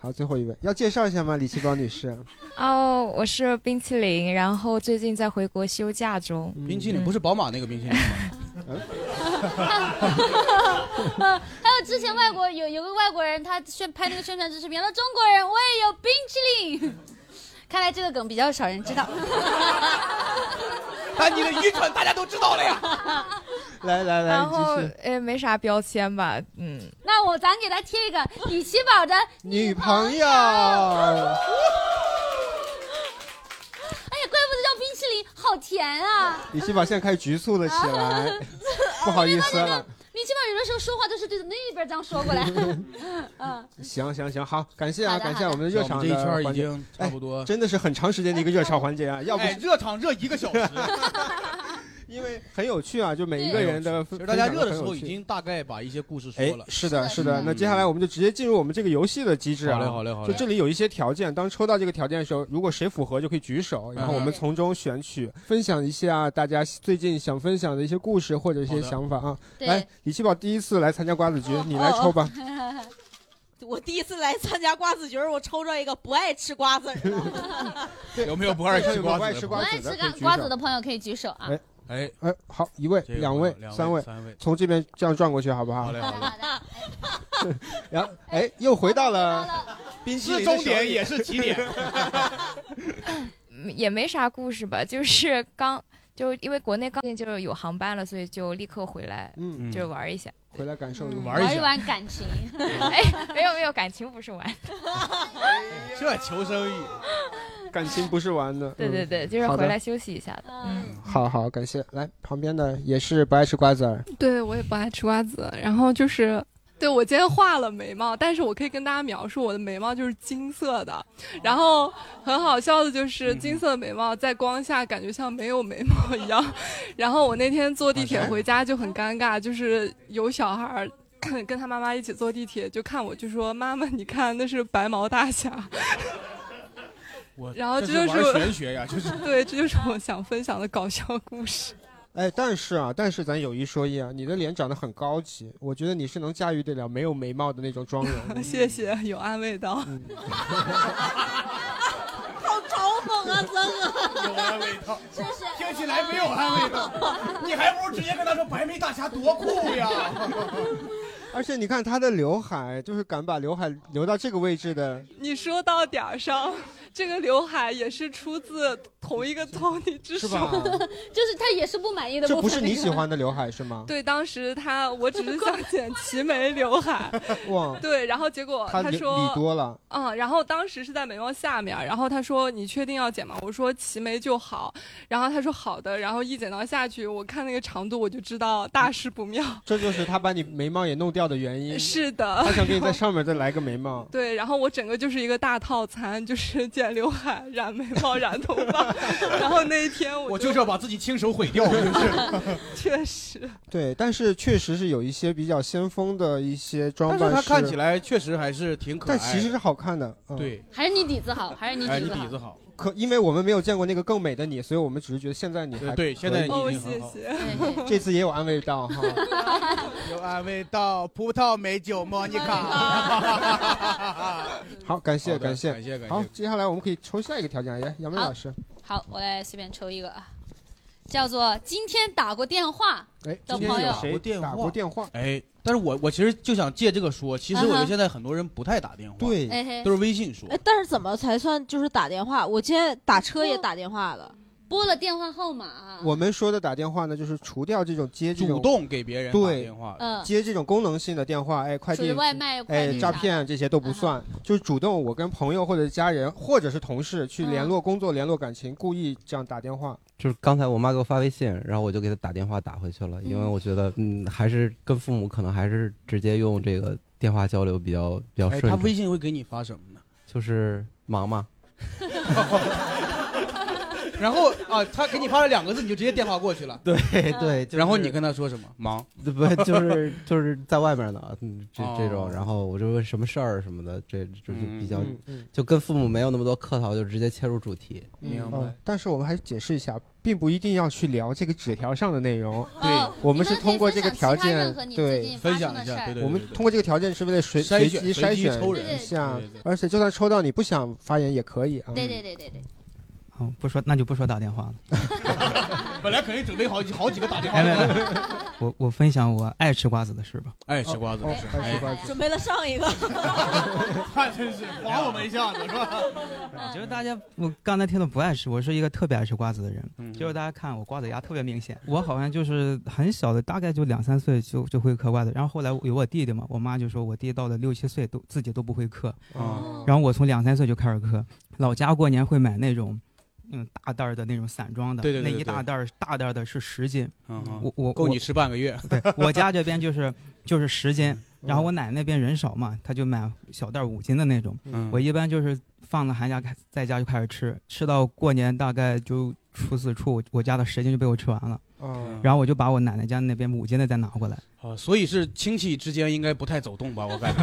好，最后一位要介绍一下吗？李奇宝女士，哦，我是冰淇淋，然后最近在回国休假中。嗯冰淇淋不是宝马那个冰 [LAUGHS] 淇淋吗？ [LAUGHS] 还有之前外国有有个外国人，他宣拍那个宣传知识片，那中国人我也有冰淇淋。看来这个梗比较少人知道。 [LAUGHS] 但你的愚蠢大家都知道了呀。来来来，然你后继续。呃没啥标签吧，嗯，那我咱给他贴一个李奇宝的。女朋友，哦哎呀，怪不得叫冰淇淋，好甜啊！李希宝现在开始局促了起来， [LAUGHS] [LAUGHS] 不好意思了。李奇宝有的时候说话都是对着那边这样说过 [LAUGHS] 来。嗯，行行行，好，感谢好啊，的感谢好我的们的热场这一圈的已环节经差不多哎真的是很长时间的一个热场环节啊，要不哎，热场热一个小时， [LAUGHS] 因为很有趣啊，就每一个人的哎其分实大家分享热都的时很有候已趣经大概把一些故事说哎了，。是的，是的。那接下来我们就直接进入我们这个游戏的机制啊。好嘞好嘞好嘞就这里有一些条件，当抽到这个条件的时候，如果谁符合就可以举手，然后我们从中选取，分享一下大家最近想分享的一些故事或者一些想法啊。对来，李七宝第一次来参加瓜子局，你来抽吧。哦。 [LAUGHS] 我第一次来参加瓜子局儿，我抽着一个不爱吃瓜子儿的。有没有不爱吃瓜子的？不爱吃瓜子吃的瓜可以举瓜子手。的朋友可以举手啊。哎哎哎，好，一位、两位、两位三位三位，从这边这样转过去，好不好？好嘞好嘞。然后，哎，又回到了冰淇淋的手里，嗯也没啥故事吧，就是刚就因为国内刚就是有航班了，所以就立刻回来，嗯就玩一下。嗯回来感受一下玩一玩感情。哎，没有没有，感情不是玩。 [LAUGHS] 这求生欲，感情不是玩的。 [LAUGHS] 嗯对对对，就是好的回来休息一下的。嗯，好好，感谢。来，旁边的也是不爱吃瓜子儿，对我也不爱吃瓜子，然后就是。对，我今天画了眉毛，但是我可以跟大家描述，我的眉毛就是金色哦的，然后很好笑的嗯就是金色的眉毛在光下感觉像没有眉毛一样，然后我那天坐地铁回家就很尴尬，就是有小孩儿 [CLEARS THROAT] 跟他妈妈一起坐地铁，就看我就说妈妈你看那是白毛大侠，我然后这哦这就是玩我玄学呀，就是对，这就是我想分享的搞笑故事。。哎，但是啊，但是咱有一说一啊，你的脸长得很高级，我觉得你是能驾驭得了没有眉毛的那种 [LAUGHS] 妆容 [LAUGHS] 谢谢，有安慰到。嗯 [LAUGHS] 好嘲讽啊，曾哥！有安慰 [LAUGHS] 哦到，真是听起来没有安慰到， [LAUGHS] [LAUGHS] 你还不如直接跟他说白眉大侠多酷呀！而且你看她的刘海，就是敢把刘海留到这个位置 [LAUGHS] 的， [LAUGHS] 你说到点儿上，这个刘海也是出自同一个 Tony 之手是。 [LAUGHS] 吧就是他也是不满意的部这分。不是你喜欢的刘海是 [LAUGHS] 吗？ [LAUGHS] 对，当时他我只是想剪齐眉刘海，哇，对，然后结果她理理说多了。嗯，然后当时是在眉毛下面，然后他说你确定要剪吗？我说齐眉就好，然后他说好的，然后一剪刀下去，我看那个长度我就知道大事不妙。这就是她把你眉毛也弄掉的原因。是的。她想给你在上面再来个眉毛对，然后我整个就是一个大套餐，就是 [LAUGHS] 剪刘海、染眉毛、染头发， [LAUGHS] 然后那一天我我就是要把自己亲手毁掉，就是。确实，对，但是确实是有一些比较先锋的一些装但扮，是他看起，来确实还是挺可爱但的，其实是好看的。嗯、对，还是你底子好，还是你哎，底你子好。底子好，可因为我们没有见过那个更美的你，所以我们只是觉得现在你还呃对现在你已经很好哦谢谢。这次也有安慰 [LAUGHS] 到哈。有安慰到葡萄美酒莫妮卡。好，感谢好的感谢感谢感谢好，接下来我们可以抽下一个条件，来，杨梅老师。好，我来随便抽一个啊，叫做今天打过电话哎，的今天朋有友。谁电打过电话？哎，但是我我其实就想借这个说，其实啊我觉得哈现在很多人不太打电话，哎嘿都是微信说哎，。但是怎么才算就是打电话？我今天打车也打电话了，拨了电话号 [LAUGHS] 啊码，啊我们说的打电话呢，就是除掉这种接这种主动给别人打对电话嗯接这种功能性的电话，哎，快属于递、外卖快哎嗯递，诈啥的骗这些都不算，就是主动我跟朋友或者家人或者是同事去联络工作、联络感情，故意这样打电话。就是刚才我妈给我发微信，然后我就给她打电话打回去了，因为嗯我觉得，嗯，还是跟父母可能还是直接用这个电话交流比较比较哎，顺他畅。微信会给你发什么呢？就是忙嘛，然后啊，他给你发了两个字，你就直接电话过去了。对嗯对就是然后你跟他说什么？忙，不就是就是在外面呢，嗯，这这种，哦然后我就问什么事儿什么的，这这就是比较嗯嗯就跟父母没有那么多客套，就直接切入主题。明白嗯但是我们还是解释一下，并不一定要去聊这个纸条上的内容。对哦我们是通过这个条你们可以分享其他任何，你最近，发生的分享一下件对事儿对对对对我们通过这个条件是为了随筛选随机随筛机选抽人一下对对对，啊而且就算抽到你不想发言也可以啊。对对对对对，哦，不说那就不说打电话了。本来可以准备好几好几个打电话哎，没没，没 [LAUGHS] 我我分享我爱吃瓜子的事吧。爱吃瓜子的事哦哦爱吃瓜准备了上一个， [LAUGHS] 他真是划我们一下子是吧？嗯我觉得大家我刚才听到不爱吃，我是一个特别爱吃瓜子的嗯人。就是大家看我瓜子牙特别明显，我好像就是很小的，大概就两三岁就就会嗑瓜子。然后后来有我弟弟嘛，我妈就说我弟到了六七岁都自己都不会嗑。哦然后我从两三岁就开始嗑，老家过年会买那种。嗯，大袋儿的那种散装的，对对对对那一大袋儿大袋儿的是十斤，嗯嗯我我够你我吃半个月对我家这边就是就是十斤，然后我奶奶那边人少嘛，她就买小袋儿五斤的那种。嗯我一般就是放了寒假开在家就开始吃，吃到过年大概就初四初五，我家的十斤就被我吃完了。哦然后我就把我奶奶家那边五斤的再拿过来。啊，所以 [LAUGHS] 是亲戚之间应该不太走动吧？我感 [LAUGHS] 觉，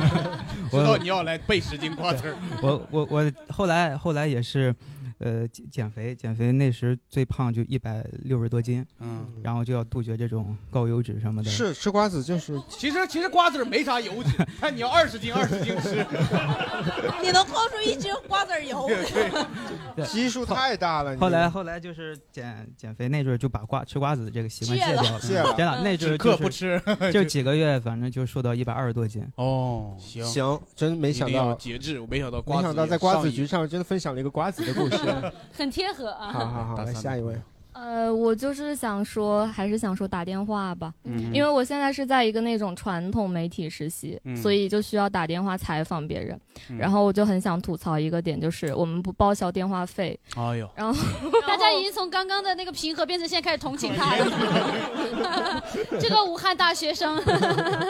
我知道你要来背十斤瓜子儿，我我我后来后来也是，呃，减减肥减肥那时最胖就一百六十多斤，嗯，然后就要杜绝这种高油脂什么的。是吃瓜子就是其实其实瓜子儿没啥油脂，但你要二十斤二十斤吃，你能薅出一斤瓜子儿油。基数太大了。你后来后来就是减减肥那阵儿就把瓜吃瓜子的这个习惯戒戒了掉了，戒了真的那阵儿只嗑就是不吃就几个月反正就瘦到一百二十多斤。哦，行行，真没想一定要到 [LAUGHS] 节制，我没想到没瓜子想到在瓜子局上上真的分享了一个瓜子的故事。很贴合啊。好好好，来下一位。呃，我就是想说，还是想说打电话吧，嗯因为我现在是在一个那种传统媒体实习，嗯所以就需要打电话采访别人。嗯然后我就很想吐槽一个点，就是我们不报销电话费。哎呦，然后大家已经从刚刚的那个平和变成现在开始同情他哦了， [LAUGHS] 这个武汉大学生， [LAUGHS] [LAUGHS]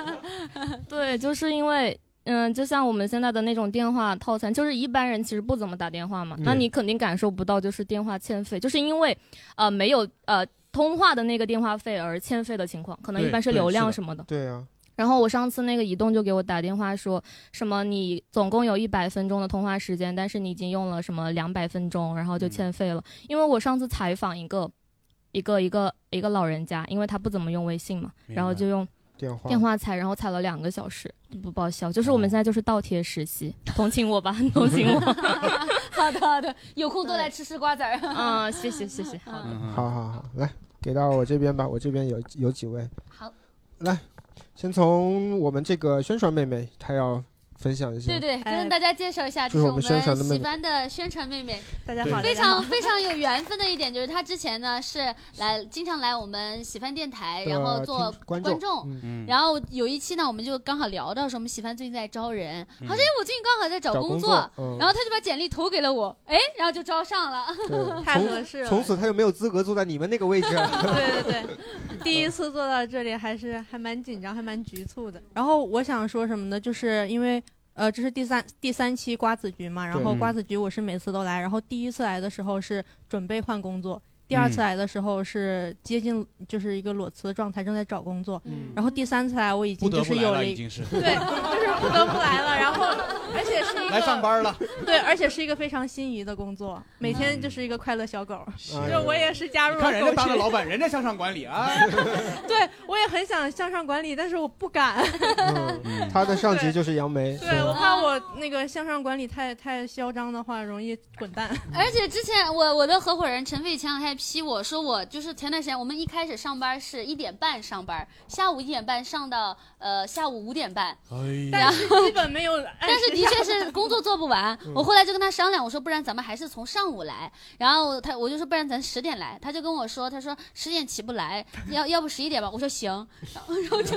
对，就是因为。嗯，就像我们现在的那种电话套餐，就是一般人其实不怎么打电话嘛，对那你肯定感受不到就是电话欠费，就是因为，呃，没有呃通话的那个电话费而欠费的情况，可能一般是流量什么的。对啊，然后我上次那个移动就给我打电话说什么你总共有一百分钟的通话时间，但是你已经用了什么两百分钟，然后嗯就欠费了。因为我上次采访一个一个一个一个老人家，因为他不怎么用微信嘛，明白然后就用电话电话采，然后采了两个小时不报销。就是哦我们现在就是倒贴实习，同情我吧，同情 [LAUGHS] 我。好的好的，有空多来吃吃瓜子儿。嗯，谢谢谢 [LAUGHS] 谢，好的。好好好，来给到我这边吧，我这边有有几位。好，来，先从我们这个宣传妹妹，她要分享一下。对对，跟大家介绍一下，这这是是我我们们宣传的妹妹喜欢的宣传妹妹，大家好非大家好常非常有缘分的一点就是她之前呢是来经常来我们喜番电台，的啊然后做听观观众嗯然后有一期呢我们就刚好聊到说我们喜番最近在招人，嗯好像哎我最近刚好在找找工工作作，嗯然后她就把简历投给了我，哎，然后就招上了， [LAUGHS] 对从从此她就没有资格坐在你们那个位置。对对对，第一次坐到这里还是还蛮紧张，还蛮局促的。然后我想说什么呢？就是因为呃，这是第三第三期瓜子局嘛，然后嗯瓜子局我是每次都来，然后第一次来的时候是准备换工作。第二次嗯来的时候是接近就是一个裸辞的状态，正在找工作。嗯然后第三次来我已不经得就是不来有了，一已经是对，就是不得不来了。然后而且是一个来上班了，嗯对，而且是一个非常心仪的工作，每天就是一个快乐小狗。行哎就我也是加入你了看人家狗当着群老板，人家向上管理啊， [LAUGHS] 对，我也很想向上管理，但是我不 [LAUGHS] 敢。她的上级就是杨梅。对，我哦怕我那个向上管理太太嚣张的话，容易滚蛋。而且之前我我的合伙人陈飞前两天还批我说我就是前段时间我们一开始上班是一点半上班，下午一点半上到呃下午五点半，嗯 [LAUGHS] 哎但是基本没有 [LAUGHS] 按时 [LAUGHS] 下班。但是的确是 [LAUGHS] 工作做不完。我后来就跟他商量，我说不然咱们还是从上午来。然后他我就说不然咱十点来，他就跟我说他说十点起不来，要要不十一点吧。我说行，然后然后就。陈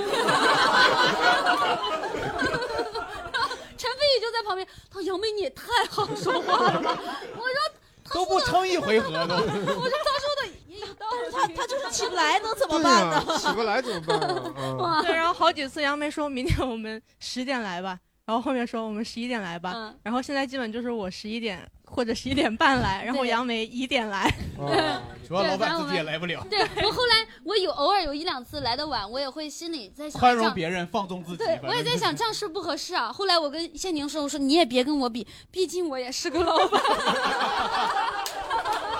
飞宇就在旁边，他说杨梅你也太好说话了吧，我说都不撑一回合都。我说他说的也有道理，他他就是起不来能怎对呀，起不来怎么办啊？ [LAUGHS] 嗯对，然后好几次杨梅说明天我们十点来吧，然后后面说我们十一点来吧，嗯然后现在基本就是我十一点或者十一点半来，然后杨梅一点来。主啊要老对然板后自己也来不了，对我后来我有偶尔有一两次来的晚，我也会心里在想宽这容样别人，放纵自己。对，反我也正在想这样是不合适啊。后来我跟谢宁说，我说你也别跟我比，毕竟我也是个老板。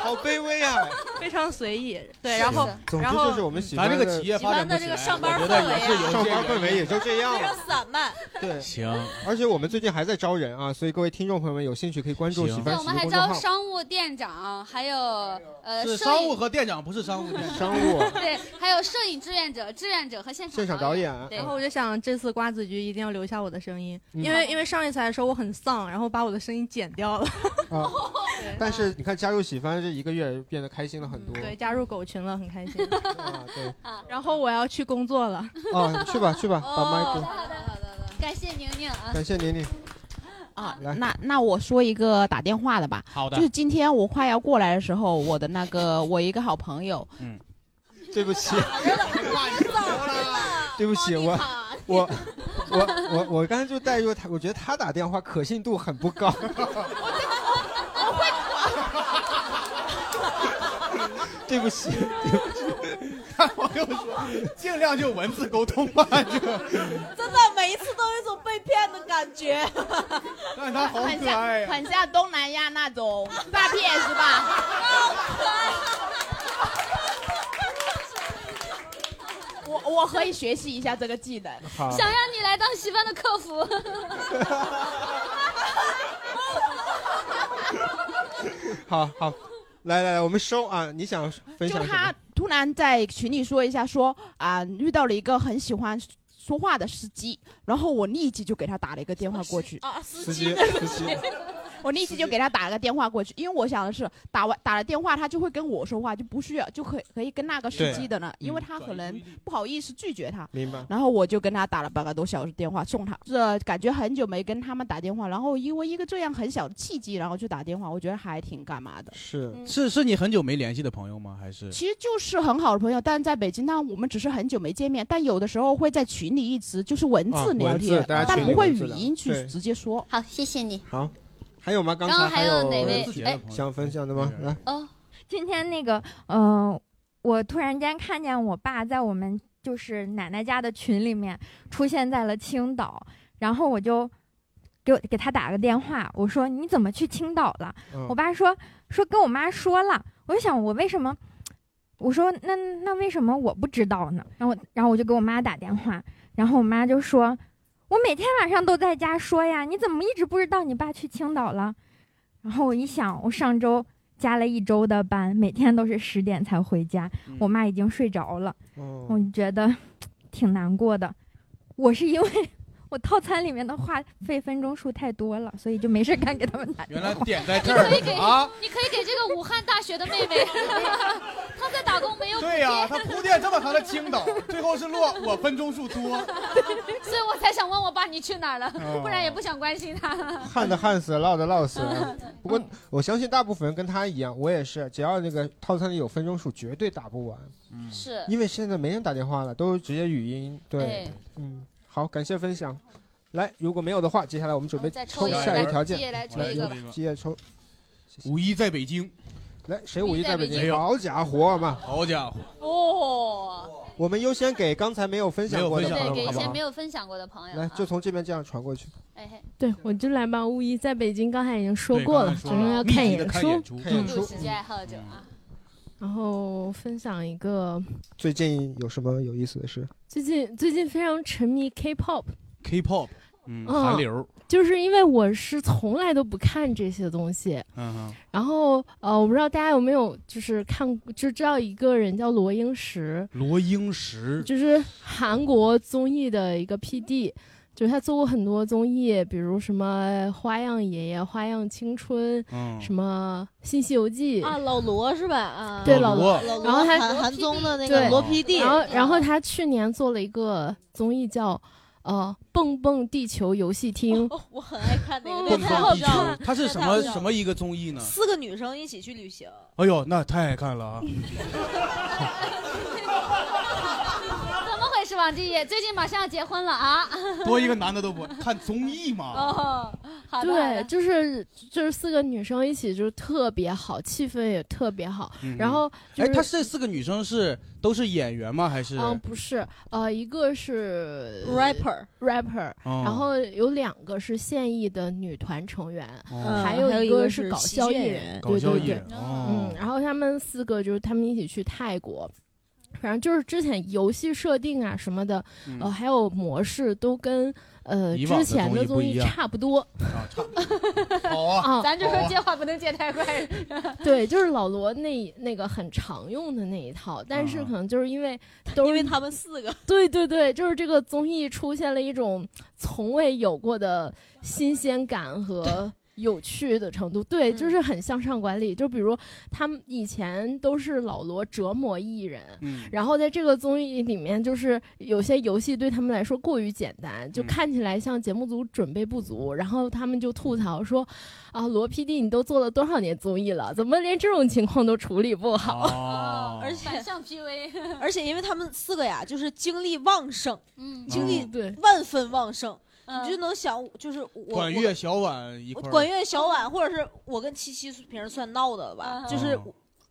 好卑微啊！ [LAUGHS] 非常随意。对，是然后总之然后就是我们喜欢咱这个企业发展不咱起这来个上班我觉氛得围也是啊，有上班氛围也就这样非啊了常。散漫。 [LAUGHS] 对，行。而且我们最近还在招人啊，所以各位听众朋友们有兴趣可以关注行喜对，欢我喜们剧还公众招号。商务店长，还有呃是摄商影务和店长，不是商务店长。商 [LAUGHS] 务啊对，还有摄影志愿者、志愿者和现场现场导演哦对然后我就想这次瓜子局一定要留下我的声音，嗯因为因为上一次来说我很丧，然后把我的声音剪掉 [LAUGHS] 了。啊，但是你看加入喜欢这一个月变得开心了很多。对，加入狗群了，很开心。 [LAUGHS] 啊，对，然后我要去工作了。啊，去吧去吧，把麦好给的，好的，好的，好的感谢宁宁啊， [LAUGHS] 感谢宁宁。啊来，那那我说一个打电话的吧。好的就是今天我快要过来的时候，我的那个我一个好朋友，嗯，对不起，对不起，我我我我我刚才就带入他，我觉得他打电话可信度很不高。 [LAUGHS] 对不起， [LAUGHS] 我跟我说，尽量就文字沟通吧，这个。 [LAUGHS] 真的每一次都有一种被骗的感觉。 [LAUGHS] 但是他好很可像爱呀啊很像东南亚那种诈骗是吧？啊我我可以学习一下这个技能。好想让你来当喜欢的客服。好好，来来来，我们收啊！你想 [LAUGHS] 分就享什他么？突然在群里说一下说，啊遇到了一个很喜欢说话的司机，然后我立即就给他打了一个电话过去。哦啊，司机司机我立即就给他打了个电话过去，因为我想的是打完打了电话，他就会跟我说话，就不需要就可以可以跟那个司机的呢，对嗯因为他可能不好意思拒绝他。明白。然后我就跟他打了半个多小时电话送他，这感觉很久没跟他们打电话，然后因为一个这样很小的契机，然后去打电话，我觉得还挺干嘛的。是是是你很久没联系的朋友吗？还是其实就是很好的朋友，但在北京呢，我们只是很久没见面，但有的时候会在群里一直就是文啊字聊文字天，大家但群不里会文字语聊音去对直接说。好，谢谢你。好，还有吗？刚刚才刚还有有哪位哎想分享的吗？来，哦，今天那个，嗯、我突然间看见我爸在我们就是奶奶家的群里面出现在了青岛，然后我就给我给他打个电话，我说你怎么去青岛了？嗯我爸说说跟我妈说了，我就想我为什么？我说那那为什么我不知道呢？然后我然后我就给我妈打电话，然后我妈就说，我每天晚上都在家说呀，你怎么一直不知道你爸去青岛了？然后我一想，我上周加了一周的班，每天都是十点才回家，嗯我妈已经睡着了，哦我就觉得挺难过的。我是因为 [LAUGHS] 我套餐里面的话费分钟数太多了，所以就没事干给他们打电原话。来点在你这可以给儿啊？你可以给这个武汉大学的妹 [LAUGHS] 妹，她在打工没有补对呀、贴，他铺垫这么长的青岛，最后是落我分钟数多。 [LAUGHS] 所以我才想问我爸你去哪儿了，哦不然也不想关心他了。旱 [LAUGHS] 的旱死，涝的涝死。不过我相信大部分人跟他一样，我也是，只要那个套餐里有分钟数，绝对打不完。嗯是哎因为现在没人打电话了，都直接语音。对对，嗯，好，感谢分享。来，如果没有的话，接下来我们准我备们再抽抽一个下一来条季件，爷来抽一个吧季爷抽。五一在北京，来，谁五一在北五一在北京？京好家伙嘛！好家伙，哦，我们优先给刚才没有分享过的朋对，给友，一好不些好没？有分享过的朋友啊。来，就从这边这样传过去。哎嘿，对，我就来吧。五一在北京，刚才已经说对过刚了，才只说了是要密集看地演看出演出，看演嗯出度喜剧爱好者啊，然后分享一个最近有什么有意思的事？最近最近非常沉迷 K-pop， K-pop，嗯，嗯韩流，就是因为我是从来都不看这些东西。嗯哼，然后呃，我不知道大家有没有就是看就知道一个人叫罗英石，罗英石就是韩国综艺的一个 PD，就是他做过很多综艺，比如什么《花样爷爷》《花样青春》嗯什么《新西游记》啊，老罗是吧？啊，对老罗老罗，然后他韩韩综的那对个罗嗯 PD，然后然后他去年做了一个综艺叫呃《蹦蹦地球游戏厅》， [LAUGHS] 哦我很爱看那个，蹦那太好蹦地笑了球，。嗯它是什么什么一个综艺呢？哦四个女生一起去旅行，哎呦，那太爱看 [LAUGHS] 了啊！怎么回事？王志毅最近马上要结婚了啊！多一个男的都不看综艺嘛。哦，好的，好对，的就是就是四个女生一起，就是特别好，气氛也特别好。嗯然后就哎，是他这四个女生是都是演员吗？还是嗯，不是，呃，一个是 Rapper rapper，、哦然后有两个是现役的女团成员，哦还还有一一个是是搞喜笑剧艺演人，员对搞笑对艺对人，哦嗯，然后后他们四个就是他们一起去泰国。反正就是之前游戏设定啊什么的，嗯呃，还有模式都跟呃以往的之前的综综艺不一艺样差不多。 [LAUGHS] 好嗯啊，咱就说这接话不能接 [LAUGHS] 太快。对，就是老罗那那个很常用的那一套，但是可能就是因为都嗯因为他们四个，对对对，就是这个综艺出现了一种从未有过的新鲜感和有趣的程度，对，就是很向上管理。就比如他们以前都是老罗折磨艺人，嗯然后在这个综艺里面，就是有些游戏对他们来说过于简单，就看起来像节目组准备不足，然后他们就吐槽说：“啊，罗 PD，你都做了多少年综艺了，怎么连这种情况都处理不好？” [LAUGHS] 而且反向 PUA， [LAUGHS] 而且因为他们四个呀，就是精力旺盛，嗯精力嗯对万分旺盛，你就能想，就是我管乐、小婉一我块儿，管乐小婉，或者是我跟七七平时算闹的吧，就是哦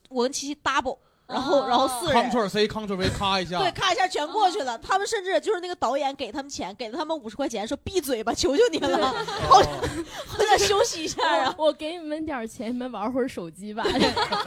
我跟七七 double，然后然后四人。 Ctrl C Ctrl V 咔一下，啊对，咔一下全过去了。他们甚至就是那个导演给他们钱，给了他们五十块钱，说闭嘴吧，求求你了，好， [LAUGHS] 好想休息一下啊。我给你们点儿钱，你们玩会儿手 [LAUGHS] 机吧。 [LAUGHS]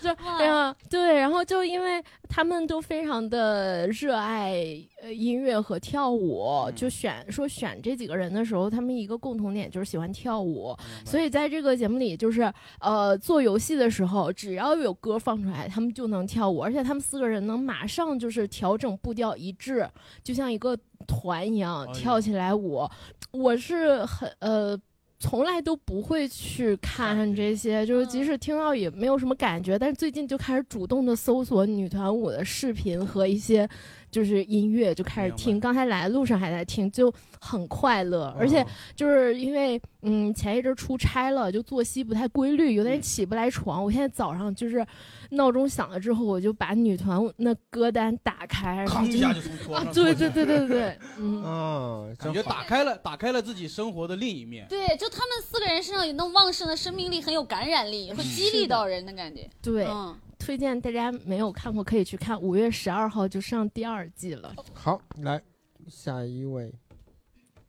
就哎呀，对，然后就因为他们都非常的热爱呃音乐和跳嗯舞，就选说选这几个人的时候，他们一个共同点就是喜欢跳舞，所以在这个节目里就是呃做游戏的时候，只要有歌放出来，他们就能跳舞，而且他们四个人能马上就是调整步调一致，就像一个团一样哎呦跳起来舞。我是很呃。从来都不会去看这些，就是嗯即使听到也没有什么感觉。但是最近就开始主动的搜索女团舞的视频和一些就是音乐，就开始听。刚才来的路上还在听，就很快乐。而嗯且就是因为嗯前一阵出差了，就作息不太规律，有嗯点起不来床。我现在早上就是闹钟响了之后，我就把女团舞那歌单打开，然后吭一下就从桌上啊坐对起对来对 [LAUGHS] 对对，嗯哦啊，感觉打开了打开了自己生活的另一面。对，就他们四个人身上有那种旺盛的生命力，很有感染嗯力，会激励到人的感觉。对，嗯推荐大家没有看过可以去看，五月十二号就上第二季了。好，来下一位，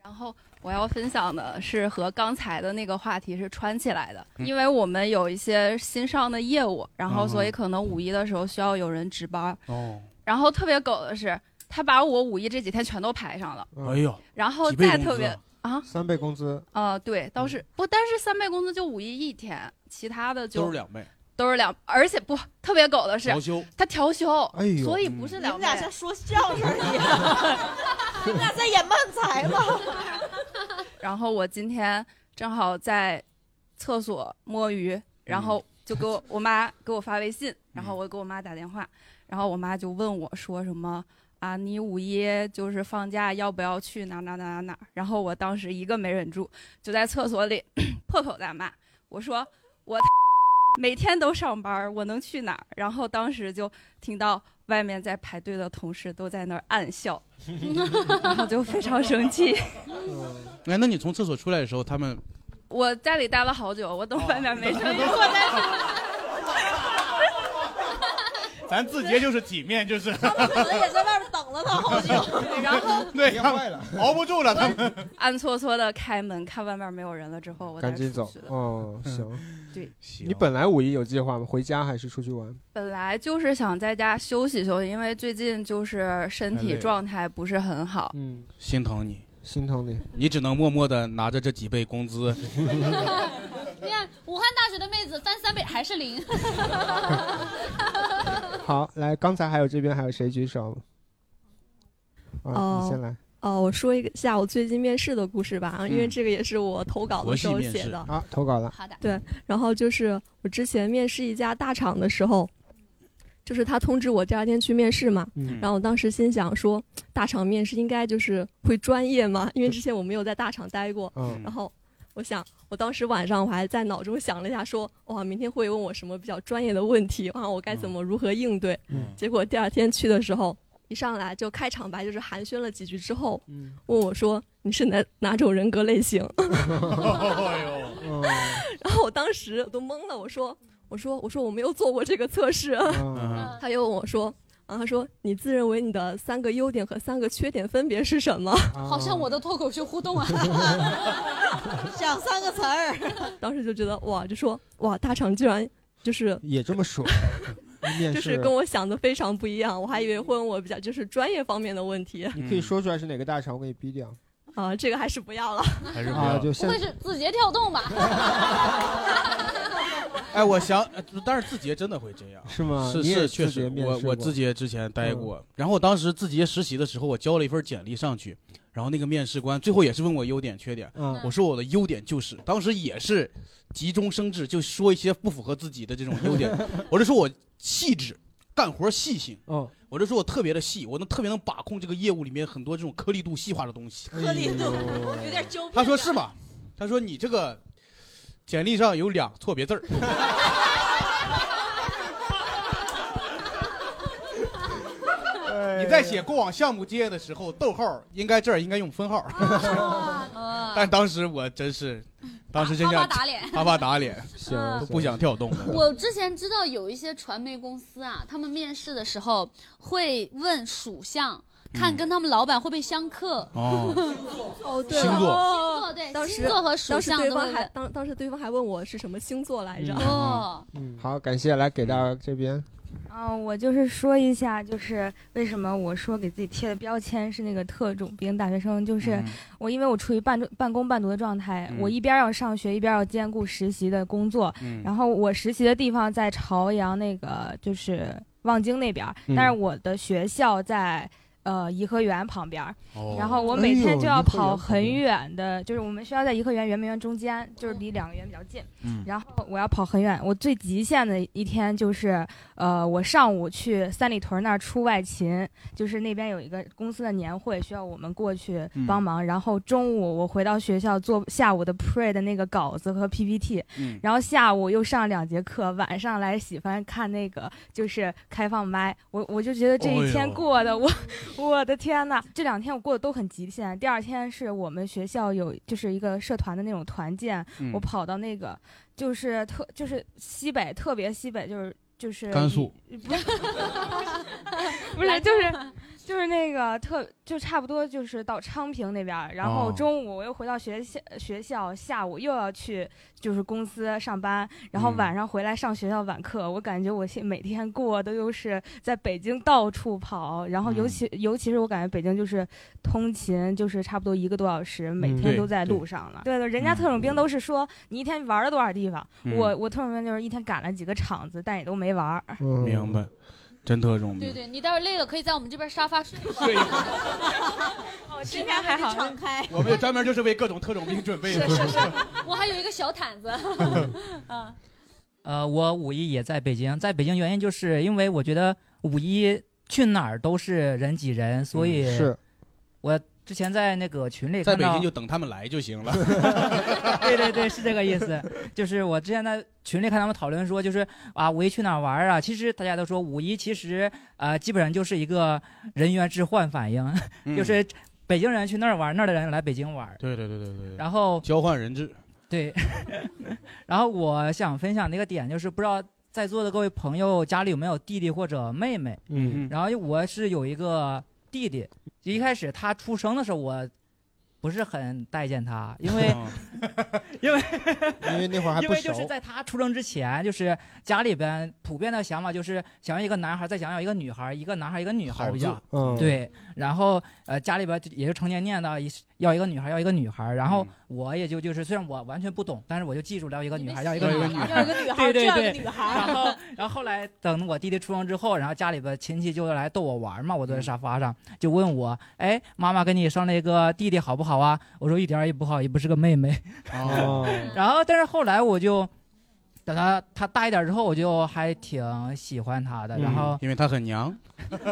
然后我要分享的是和刚才的那个话题是穿起来的，嗯因为我们有一些新上的业务，然后所以嗯可能五一的时候需要有人值班。哦，然后特别狗的是，他把我五一这几天全都排上了，哎呦然后再特别啊，三倍工资，呃，对，倒嗯是不，但是三倍工资就五一一天，其他的就都是两倍，都是两，而且不特别狗的是调休他调休，哎呦所以不是你两们倍。俩像说相声一样， [LAUGHS] [LAUGHS] 你们俩在演漫才吗？然后我今天正好在厕所摸鱼，然后就给我我妈给我发微信，然后我给我妈打电话，然后我妈就问我说什么啊，你五一就是放假要不要去哪儿哪儿哪儿哪儿哪儿？然后我当时一个没忍住，就在厕所里 [COUGHS] 破口大骂，我说我每天都上班，我能去哪儿？然后当时就听到外面在排队的同事都在那儿暗 [LAUGHS] 笑，然后就非常生气。哎，那你从厕所出来的时候，他们我家里待了好久，我等啊外面没声音，我在咱字节就是体面，就是。可能也在外边等了他好久。 [LAUGHS] 然后对，坏了，熬不住了，他们。暗搓搓的开门，看外面没有人了之后，我赶才紧出走去。哦， [LAUGHS] 行。对，你本来五一有计划吗？回家还是出去玩？本来就是想在家休息休息，因为最近就是身太累体了状态不是很好。嗯，心疼你，心疼你，你只能默默的拿着这几倍工 [LAUGHS] 资。你看武汉大学的妹子翻三倍还是 [LAUGHS] 零。好，来，刚才还有这边还有谁举手？啊，哦你先来。哦，我说一个下我最近面试的故事吧，啊因为嗯这个也是我投稿国的系时候面写试的。啊，投稿了。好的。对，然后就是我之前面试一家大厂的时候，就是他通知我第二天去面试嘛，嗯然后我当时心想说，大厂面试应该就是会专业嘛，因为之前我没有在大厂待过，嗯然后我想，我当时晚上我还在脑中想了一下说，哇，明天会问我什么比较专业的问题啊，我该怎么如何应对？嗯结果第二天去的时候，一上来就开场白就是寒暄了几句之后，嗯问我说你是哪哪种人格类 [LAUGHS] 型？然后我当时我都懵了，我说我说我说我没有做过这个测试，啊嗯他又问我说。啊，他说你自认为你的三个优点和三个缺点分别是什么？ [LAUGHS] 好像我的脱口秀互 [LAUGHS] 动啊，想三个词儿，当时就觉得哇，就说哇，大厂居然就是也这么说，面就是试跟 [LAUGHS] 我想的非常不一样，我还以为会问我比较就是专业方面的问题。你可以说出来是哪个大厂，我给你逼掉。啊，这个还是不要了。还是不要啊就不会是字节跳动吧？ [LAUGHS] 哎，我想，呃但是字节真的会这样，是吗是你也是，确字节实，面我试我过嗯字节之前待过，然后我当时字节实习的时候，我交了一份简历上去，然后那个面试官最后也是问我优点缺点，嗯我说我的优点就是，当时也是急中生智，就说一些不符合自己的这种优点，我就说我细致，干活细心，嗯。我就说我特别的细，我能特别能把控这个业务里面很多这种颗粒度细化的东西。颗粒度哎哎 [LAUGHS] 有点纠他说是吗？他说你这个简历上有两错别字儿。你在写过往项目经验的时候，逗号应该这儿应该用分号。但当时我真是，当时真啪哦想啪打脸啪啪打脸，行都不想跳动了。我之前知道有一些传媒公司啊，他们面试的时候会问属相，看跟他们老板会不会相克。嗯哦哦，对，星座哦星座对当时星座和属当时相对都方会还问当当时对方还问我是什么星座来着。嗯哦，好，感谢来给大家这边，嗯、我就是说一下，就是为什么我说给自己贴的标签是那个特种兵大学生，就是我因为我处于半半工半读的状态，嗯我一边要上学，一边要兼顾实习的工作，嗯然后我实习的地方在朝阳那个就是望京那边儿，嗯但是我的学校在。呃，颐和园旁边儿，哦然后我哎每天呦就要颐跑和园旁很边远的，就是我们学校在颐和园圆明园中间，就是离两个园比较近。嗯然后我要跑很远，我最极限的一天就是，呃，我上午去三里屯那儿出外勤，就是那边有一个公司的年会，需要我们过去嗯帮忙。然后中午我回到学校做下午的 pre 的那个稿子和 PPT，、嗯然后下午又上两节课，晚上来喜欢看那个就是开放麦，我我就觉得这哎一呦天过的我。 [LAUGHS] 我的天呐，这两天我过得都很极限。第二天是我们学校有就是一个社团的那种团建，嗯我跑到那个就是特就是西北特别西北就是就是甘肃一， [LAUGHS] 不是不是就是就是那个特就差不多就是到昌平那边儿，然后哦中午我又回到学校学校，下午又要去就是公司上班，然后嗯晚上回来上学校晚课。我感觉我现每天过的都是在北京到处跑，然嗯后尤其、尤其是我感觉北京就是通勤就是差不多一个多小时，每嗯天对都在对嗯路上了。对对，人家特种兵都是说你一天玩了多少地方，嗯我我特种兵就是一天赶了几个场子，但也都没玩儿。明白，真特种对兵。对，你待会儿累了可以在我们这边沙发睡一会儿。 [LAUGHS] 我今天还好，敞 [LAUGHS] 开我们也专门就是为各种特种兵准备的。我还有一个小 [LAUGHS] 毯子。啊，呃，我五一也在北京，在北京原因就是因为我觉得五一去哪儿都是人挤人，所以嗯是我之前在那个群里在看北到京就等他们来就行了。 [LAUGHS] 对对对，是这个 [LAUGHS] 意思。就是我之前在群里看他们讨论说，就是啊，五一去哪儿玩儿啊？其实大家都说五一其实呃，基本上就是一个人员置换反应，嗯 [LAUGHS] 就是北京人去那儿玩儿，那儿的人来北京玩儿。对对对对对对。然后交换人质。对， [LAUGHS] 然后我想分享的一个点就是，不知道在座的各位朋友家里有没有弟弟或者妹妹？嗯然后我是有一个弟弟，一开始他出生的时候我不是很待见他，因为因为因为那会儿还因不为熟就是在他出生之前，就是家里边普遍的想法就是想要一个男孩，再想要一个女孩，一个男孩一个女孩好比较字嗯对。然后呃家里边就也就成年念叨一要一个女孩，要一个女孩。然嗯后我也就就是虽然我完全不懂，但是我就记住了要一个女孩，要一个要一个女孩，女孩要一个女孩 [LAUGHS] 对对这样对一个女孩然后然后后来等我弟弟出生之后，然后家里边亲戚就来逗我玩嘛，我嗯坐在沙发上就问我，哎，妈妈给你生了一个弟弟好不好啊？我说一点儿也不好，也不是个妹妹。哦 [LAUGHS] 然后但是后来我就。等他他大一点之后，我就还挺喜欢他的。然后因为他很 [LAUGHS] 娘，哦 [LAUGHS]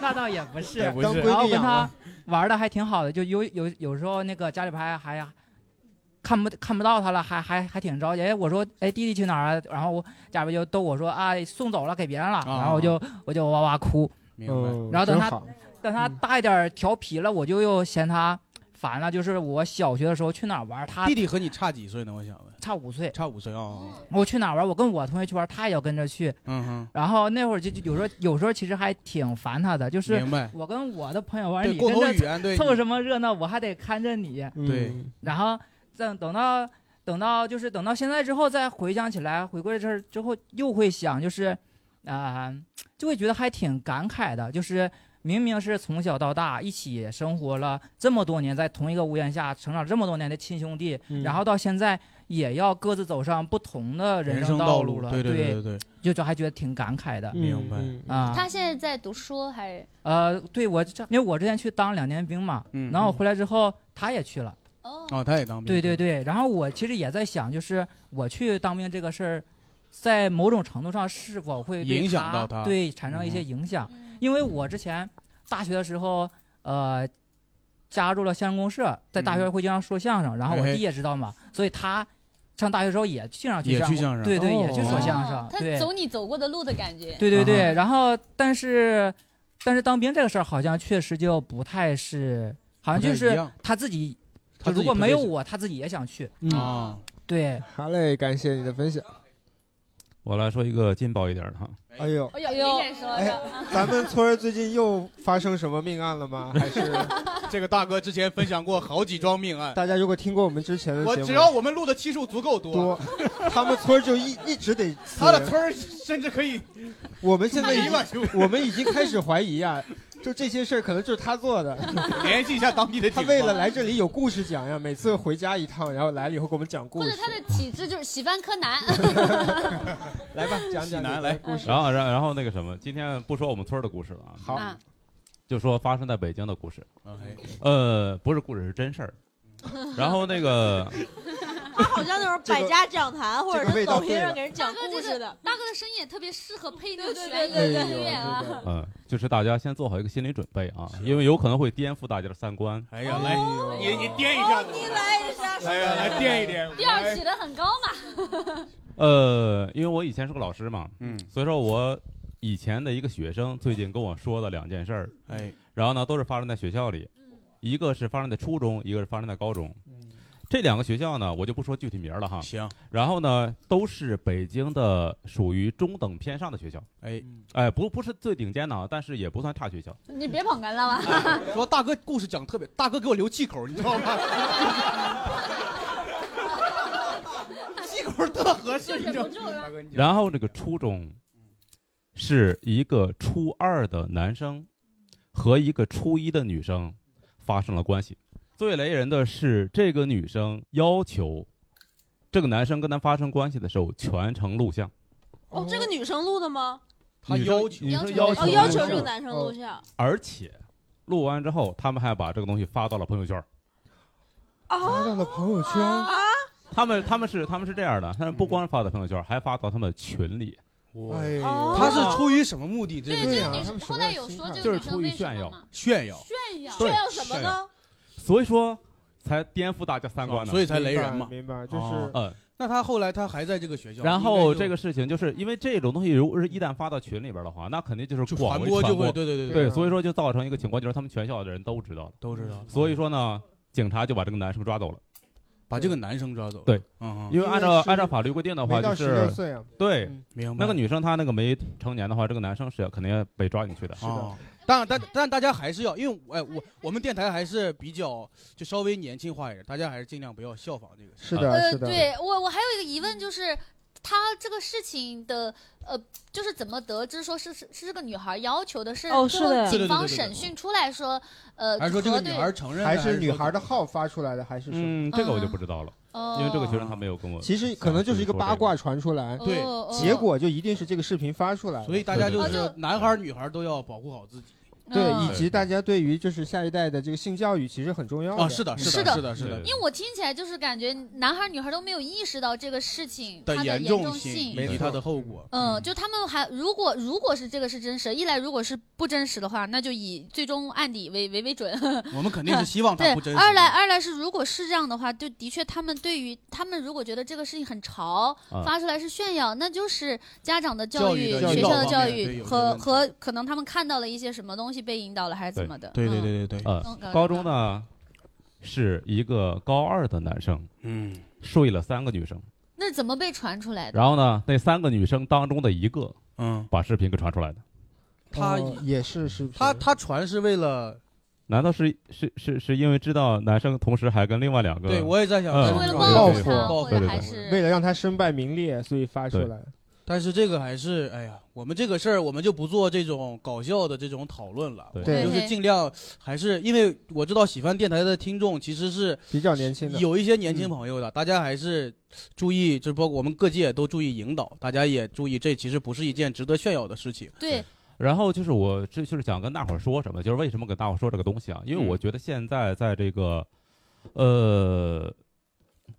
那倒也不是，也哎不是当闺女然后跟养他了玩的还挺好的，就有有有时候那个家里边还还看不看不到他了，还还还挺着急。哎，我说哎弟弟去哪儿啊？然后我家里边就逗我说啊送走了给别人了，啊然后我就我就哇哇哭。明白。然后等他嗯真好嗯等他大一点儿调皮了，我就又嫌他烦了。就是我小学的时候去哪儿玩，他弟弟和你差几岁呢？我想问。差五岁。差五岁啊。我去哪儿玩，我跟我同学去玩，他也要跟着去。嗯哼。然后那会儿就就有时候有时候其实还挺烦他的，就是明白我跟我的朋友玩，对你共跟同着语言对凑凑什么热闹，我还得看着你。对然后等等到等到就是等到现在之后再回想起来，回归这儿之后又会想，就是啊、就会觉得还挺感慨的，就是。明明是从小到大一起生活了这么多年，在同一个屋檐下成长这么多年的亲兄弟，嗯然后到现在也要各自走上不同的人人生生道道路路了，对对对对对就就还觉得挺感慨的。明白啊，他现在在读书还是？呃，对我这，因为我之前去当两年兵嘛，嗯然后我回来之后他也去了，哦，他也当兵。对对对，然后我其实也在想，就是我去当兵这个事儿，在某种程度上是否会对影响到他嗯对产生一些影响，因为我之前大学的时候，呃。加入了相声公社，在大学会经常说相声，然后我嗯哎弟也知道嘛，所以他上大学的时候也经常去也去相相声对对，也去说哦相声。他对走你走过的路的感觉。啊对对啊对，然后但是但是当兵这个事儿好像确实就不太是，好像就不太一是样他自己，他就自己如果特没别有想我，他自己也想去。嗯啊，对，好嘞，感谢你的分享。我来说一个劲爆一点的哈，哎呦，哎呦，点说哎，咱们村儿最近又发生什么命案 [LAUGHS] 了吗？还是这个大哥之前分享过好几桩命案，大家如果听过我们之前的我节目，只要我们录的期数足够多，他们村儿就一一直得死 [LAUGHS] 他的人村儿甚至可以我们现在已一万经，我们已经开始怀 [LAUGHS] 疑啊，就这些事儿可能就是他做的。联系一下当地的他警为了方。来这里有故事讲呀，每次回家一趟，然后来了以后给我们讲故或事者。他的体质就是喜欢柯南。来吧，讲讲南来故事。然后然后然后那个什么，今天不说我们村儿的故事了啊，好啊就说发生在北京的故事 OK，呃，不是故事是真事儿。然后那个他好像那种百家讲坛 [LAUGHS] 或者是抖音上给人讲故事的。大哥的声音也特别适合配那种对对悬疑对对音乐啊。嗯、就是大家先做好一个心理准备啊，因为有可能会颠覆大家的三观。哎呀，来，你你垫一下子，你来一下来呀，来垫一点。调儿起得很高嘛。呃，因为我以前是个老师嘛，嗯，所以说我以前的一个学生最近跟我说的两件事儿，哎，然后呢都是发生在学校里，一个是发生在初中，一个是发生在高中，这两个学校呢我就不说具体名儿了哈，嗯行，然后呢都是北京的属于中等偏上的学校，哎，哎不不是最顶尖的啊，但是也不算差学校， [LAUGHS] 你别捧哏了 [LAUGHS] 吧？主要大哥故事讲得特别，大哥给我留气口，你知道吗？ [LAUGHS] 气口特合适，你知道吗？大哥，你然后这个初中是一个初二的男生和一个初一的女生发生了关系。最雷人的是，这个女生要求这个男生跟她发生关系的时候全程录像，哦，这个女生录的吗？女生女生要求哦，要求录这个像哦男生录像。而且录完之后，他们还把这个东西发到了朋友圈。啊，到了朋友圈啊，他们他们是他们是这样的，他们不光是发到朋友圈，还发到他们群里。哎呦他是出于什么目的？这对个啊呀呀，后来有说就是出于炫耀，炫耀，炫耀对炫耀什么呢？所以说才颠覆大家三观哦呢，所以才雷人嘛明白明白就是嗯。那他后来他还在这个学校，然后这个个事情就是因为这种东西，如果是一旦发到群里边的话，那肯定就是广为传播就会播，对对对对对对所以说就造成一个情况，就是他们全校的人都知道了，都知道所以说呢，警察就把这个男生抓走了，把这个男生抓走了对，嗯嗯因为按照因为是按照法律规定的话，没到就是16岁啊对嗯，明白那个女生她那个没成年的话，这个男生是肯定要被抓进去的，是的。但但但大家还是要，因为我哎我我们电台还是比较就稍微年轻化一点，大家还是尽量不要效仿这个。是呃，对我我还有一个疑问就是。他这个事情的呃，就是怎么得知说是是是这个女孩要求的，是哦最是的后对对对警方对对对审讯出来说，呃，还是说这个核对女孩承认的还还是是女说孩的号发出来的，还是什么？嗯，这个我就不知道了，哦因为这个学生他没有跟我，其实可能就是一个八卦传出来，对哦哦结果就一定是这个视频发出来了，所以大家就对对是男孩儿女孩儿都要保护好自己。对，嗯以及大家对于就是下一代的这个性教育其实很重要哦啊是的是的是的是的因为我听起来就是感觉男孩女孩都没有意识到这个事情它严重性，以及它的后果。嗯，就他们还如果如果是这个是真实，一来如果是不真实的话，那就以最终案底为为为准。我们肯定是希望它不真实对，二来二来是如果是这样的话，就的确他们对于他们如果觉得这个事情很潮，啊发出来是炫耀，那就是家长的教育、育的学引校导的方教面对育有些和问题和可能他们看到了一些什么东西被引导了还是怎么的。嗯对对对呃嗯，高中呢是一个高二的男生，嗯，睡了三个女生，那是怎么被传出来的？然后呢，那三个女生当中的一个，嗯，把视频给传出来的。他哦也是是他他传是为了难道是是是是因为知道男生同时还跟另外两个？对我也在想嗯是为了对对对报复对对对嗯为了让他身败名裂，所以发出对来。但是这个还是，哎呀，我们这个事儿我们就不做这种搞笑的这种讨论了，对我们就对是尽量还是因为我知道喜欢电台的听众其实是比较年轻的嗯有一些年轻朋友的，大家还是注意，就是包括我们各界都注意引导，大家也注意，这其实不是一件值得炫耀的事情。对，然后就是我这就是想跟大伙儿说什么，就是为什么跟大伙儿说这个东西啊？因为嗯我觉得现在在这个，呃，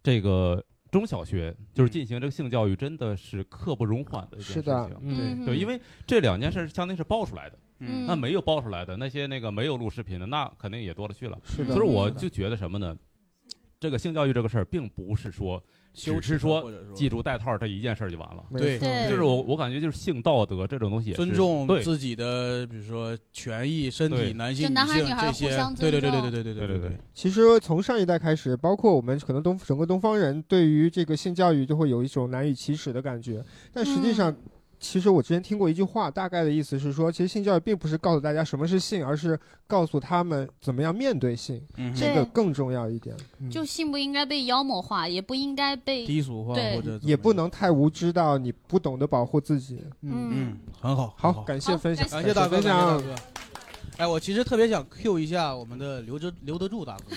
这个中小学嗯就是进行这个性教育，真的是刻不容缓的一件是事的情。嗯对，因为这两件事相当于是爆出来的。嗯那没有爆出来的那些那个没有录视频的，那肯定也多了去了。是的所以我是的就觉得什么呢？这个性教育这个事儿，并不是说羞只耻是的说或者说记住带套儿这一件事儿就完了。没对错对就是我我感觉就是性道德这种东西也是，尊重对自己的，比如说权益、身体、对男就性、男女孩女性孩这互些相，对对尊对重对对对对对对对。其实从上一代开始，包括我们可能东整个东方人对于这个性教育就会有一种难以启齿的感觉，但实际嗯上。其实我之前听过一句话，大概的意思是说，其实性教育并不是告诉大家什么是性，而是告诉他们怎么样面对性，嗯这个对更重要一点。嗯就性不应该被妖魔化，也不应该被对也不能太无知到你不懂得保护自己。嗯很好，好，感谢分享，感谢大哥，感分谢大享哥。。哎，我其实特别想 Q 一下我们的留着留得住大哥，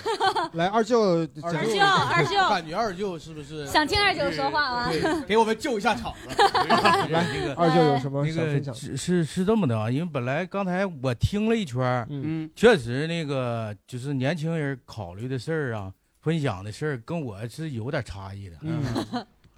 来哎二舅，二讲舅，二舅感觉二舅是不是想听二舅说话啊对给我们救一下场子。来那个二舅有什么那想个分享的只是是这么的啊，因为本来刚才我听了一圈儿，嗯，确实那个就是年轻人考虑的事儿啊，分享的事儿跟我是有点差异的。嗯，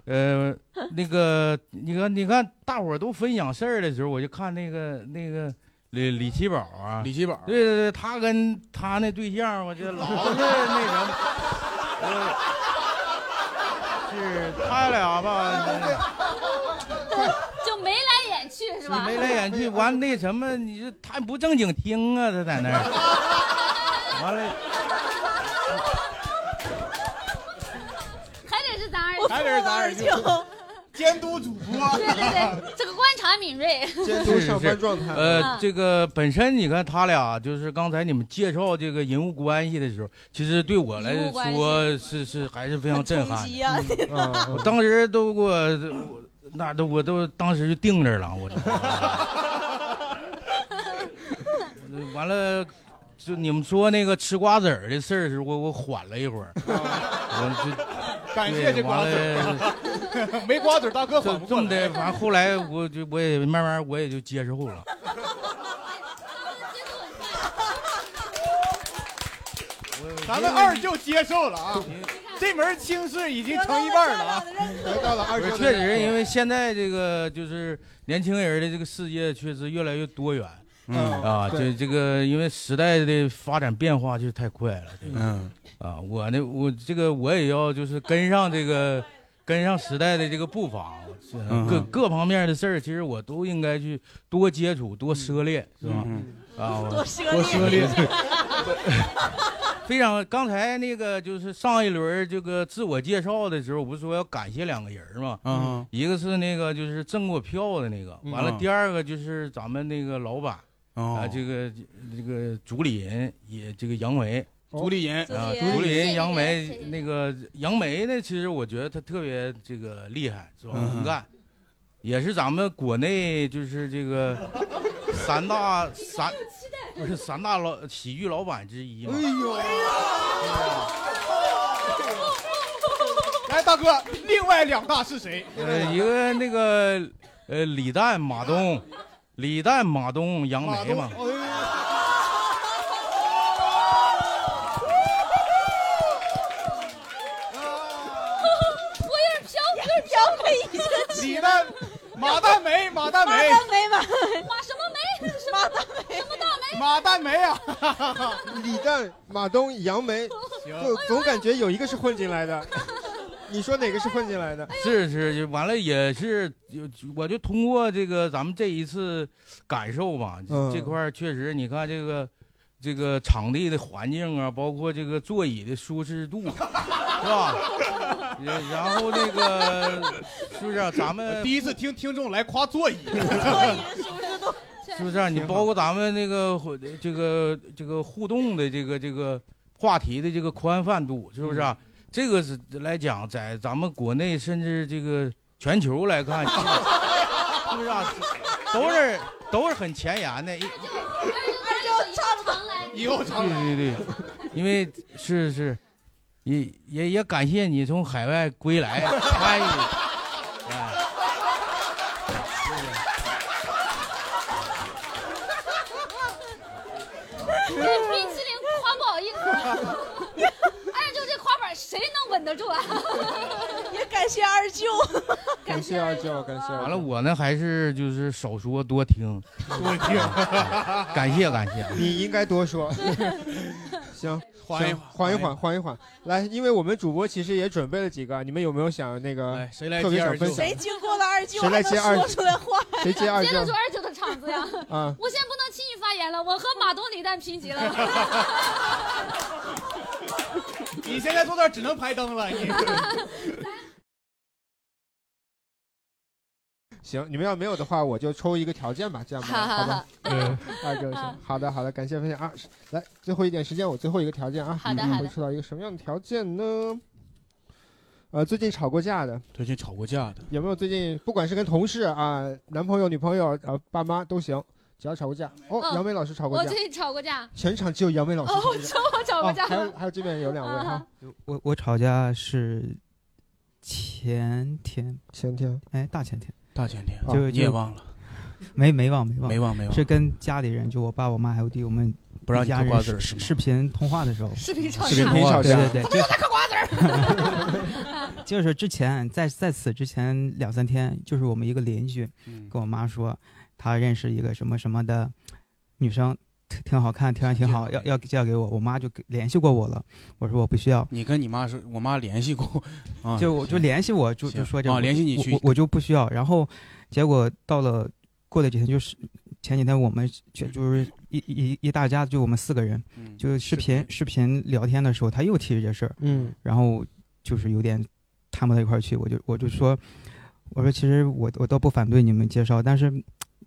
[LAUGHS] 呃，那个你看，你看，大伙儿都分享事儿的时候，我就看那个那个李李奇宝啊，李奇宝，对对对，他跟他那对象，我觉得老是那什么。呃是他俩吧， [LAUGHS] 就眉来眼去是吧？眉来眼去，啊完那什么，你这他不正经听啊，他在那 [LAUGHS] 儿，完了 [LAUGHS] 还得是咱二舅，我还得是咱二舅 [LAUGHS] 监督主播对对对，这个观察敏锐， [LAUGHS] 是是是呃，这个本身你看他俩就是刚才你们介绍这个人物关系的时候，其实对我来人物关说是是还是非常震撼 [LAUGHS] 冲击啊的。嗯嗯嗯我当时都给我，我那都我都当时就定这儿了，我这。完了，就你们说那个吃瓜子儿的事儿的时候，我我缓了一会儿，我就啊感谢对这瓜子完了儿， [LAUGHS] 没瓜子儿大这哥缓不这过么的， [LAUGHS] 来。反正后来我就我也慢慢我也就接受 [LAUGHS] 了。咱们二舅接受了啊，这门亲事已经成一半了啊，得到了二不是确嗯实，因为现在这个就是年轻人的这个世界确实越来越多元。嗯啊，对这这个因为时代的发展变化就是太快了。这个嗯啊，我呢，我这个我也要就是跟上这个跟上时代的这个步伐，是嗯各各方面的事儿，其实我都应该去多接触、嗯多涉猎，是吧？嗯啊，我多涉猎多 [LAUGHS] 涉猎 [LAUGHS] 非常，刚才那个就是上一轮这个自我介绍的时候，我不是说要感谢两个人嘛？嗯一个是那个就是挣过票的那个，嗯完了嗯第二个就是咱们那个老板。哦啊，这个这个主理人也这个杨梅，主理人啊，主理人主理谢谢人杨谢谢梅，那个杨梅呢，其实我觉得她特别这个厉害，是吧？嗯能干，也是咱们国内就是这个三大三不是三大老喜剧老板之一嘛。来，大哥，另外两大是谁？呃，一个那个呃李诞、马东，李诞、马东、杨马梅东哎嘛。 [LAUGHS] 我有点飘，我有点飘了一下去李诞、马大梅、马大梅、马大梅马马什么梅？什么什么大梅？马大梅啊！ [LAUGHS] 李诞、马东、杨梅，就总感觉有一个是混进来的。你说哪个是混进来的？是是，就完了也是，就我就通过这个咱们这一次感受吧，嗯这块儿确实，你看这个这个场地的环境啊，包括这个座椅的舒适度，是吧？然然后那个是不是啊、咱们 [LAUGHS] 第一次听听众来夸座椅，是不是啊、你包括咱们那个互这个这个互动的这个这个话题的这个宽泛度，是不是、啊？这个是来讲，在咱们国内甚至这个全球来看，是哎不是啊？ [LAUGHS] 都是都是很前沿的。一以后常来。对对对，因为是是，也也也感谢你从海外 [LAUGHS] 归来啊参与。哎这冰淇淋夸不好意思，二舅这夸板谁能稳得住啊？也感谢二舅，感谢啊二舅，感谢完了，我呢还是就是少说多听，多听感谢感谢。啊你应该 [LAUGHS] 多说。行，缓一行缓缓缓一一缓，缓一缓。来，因为我们主播其实也准备了几个，你们有没有想那个哎谁来特别接想二分舅享谁？经过了二舅，谁来接二还能说出来话呀？谁接二舅接得住二舅的场子呀？啊我现在不能轻易发言了，我和马东李诞平级了。你现在坐那儿只能排灯了，你。行，你们要没有的话，我就抽一个条件吧，这样吧，好好好吧？好嗯 [LAUGHS] 二舅行，好的好的，感谢分享啊。是来，最后一点时间，我最后一个条件啊，好的嗯好会的抽到一个什么样的条件呢？呃，最近吵过架的，最近吵过架的，有没有最近不管是跟同事啊、男朋友、女朋友、呃、爸妈都行，只要吵过架。哦，哦杨梅老师吵过我架最，近吵过架，全场只有杨梅老师哦，吵我过架。说我吵过架哦，还有还有这边有两位哈，我我吵架是前天，前天，哎，大前天，大前天就哦你也忘了，没没忘没忘没忘没忘是跟家里人，就我爸我妈还有弟，我们不让一你家嗑人瓜子儿视视频通话的时候，视频吵架视频视频对对对，吵架就嗑瓜子 [LAUGHS] 儿。就是之前在在此之前两三天，就是我们一个邻居嗯跟我妈说，她认识一个什么什么的女生，挺挺好看，条件挺啊好，要要介绍给我。我妈就给联系过我了，我说我不需要。你跟你妈说，我妈联系 [LAUGHS] 过，啊，就我就联系我就行就说这啊我联系你我去我我就不需要。然后结果到了过了几天，就是前几天我嗯们全就是一一一大家就我们四个人，嗯就是视频视频聊天的时候，他又提这事儿，嗯，然后就是有点谈不到一块儿去，我就我就说，我说其实我我倒不反对你们介绍，但是。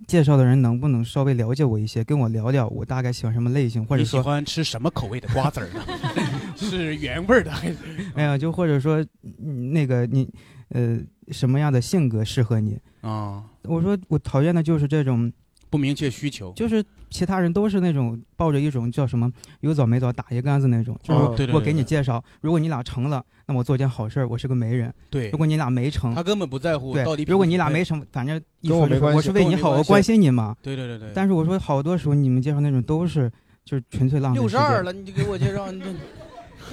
介绍的人能不能稍微了解我一些，跟我聊聊我大概喜欢什么类型，或者你喜说欢吃什么口味的瓜子儿呢？ [LAUGHS] 是原味儿的还是？哎呀，就或者说，嗯那个你，呃，什么样的性格适合你啊？我说我讨厌的就是这种， [LAUGHS] 不明确需求，就是其他人都是那种抱着一种叫什么有枣没枣打一竿子那种，就是哦我对对我对给你对介绍，如果你俩成了，那我做件好事儿，我是个媒人。对如果你俩没成，他根本不在乎对到底，如果你俩品牌没成，反正一跟我说没就是关我系是为跟我你没好，关我系关心你嘛。对对对对但是我说好多时候你们介绍那种都是就是纯粹浪费六时十间。二了，你就给我介绍，你这都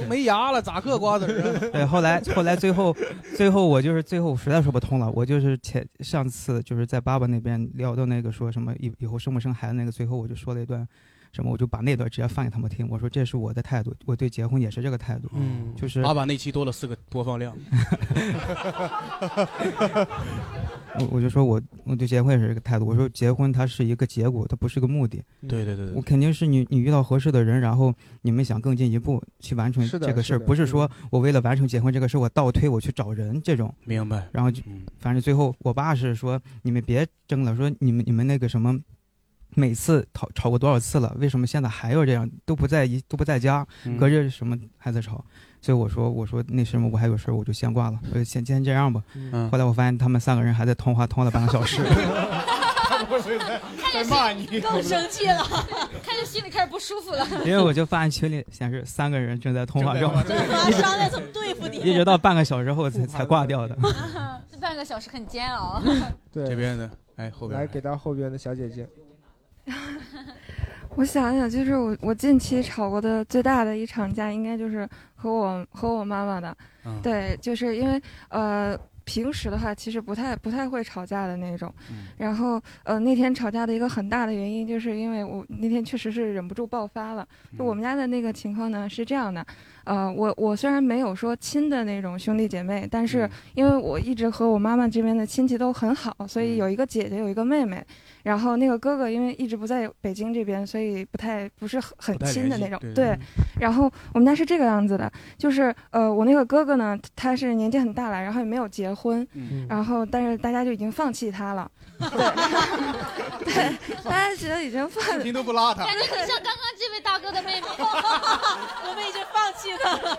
没牙了，咋嗑瓜子儿啊？ [LAUGHS] [LAUGHS] 对，后来后来最后最后我就是最后我实在说不通了，我就是前上次就是在爸爸那边聊到那个说什么以以后生不生孩子那个，最后我就说了一段什么，我就把那段直接放给他们听，我说这是我的态度，我对结婚也是这个态度，嗯就是爸爸那期多了四个播放 [LAUGHS] 量，我我就说我我对结婚也是这个态度，我说结婚它是一个结果，它不是个目的，嗯对对对对我肯定是你你遇到合适的人，然后你们想更进一步去完成是的这个是事儿，的不是嗯说我为了完成结婚这个事儿，我倒推我去找人这种。明白嗯然后就反正最后我爸是说你们别争了，说你们你们那个什么。每次吵吵过多少次了？为什么现在还要这样？都不在一都不在家，嗯隔着什么还在吵？所以我说我说那什么我还有事儿，我就先挂了，我就先先这样吧。嗯后来我发现他们三个人还在通话，通了半个小 [LAUGHS] 时。他不会在在骂你，更生气 [LAUGHS] 了，开始心里开始不舒服了。因为我就发现群里显示三个人正在通话中，妈商量怎么对付一直到半个小时后才才挂掉的。 [LAUGHS] 这半个小时很煎熬。对这边的，哎后边来给到后边的小姐姐，我想想，就是我我近期吵过的最大的一场架，应该就是和我和我妈妈的。嗯对，就是因为呃，平时的话，其实不太不太会吵架的那种。嗯然后呃，那天吵架的一个很大的原因，就是因为我那天确实是忍不住爆发了。嗯就我们家的那个情况呢是这样的，呃，我我虽然没有说亲的那种兄弟姐妹，但嗯是因为我一直和我妈妈这边的亲戚都很好，所以嗯有一个姐姐，有一个妹妹。然后那个哥哥因为一直不在北京这边，所以不太不是很很不太亲的联系那种。对嗯对，然后我们家是这个样子的，就是呃，我那个哥哥呢，他是年纪很大了，然后也没有结婚，嗯然后但是大家就已经放弃他了，对，对，大家觉得已经放，听都不拉他感觉很像刚刚这位大哥的妹妹，我们已经放弃他了。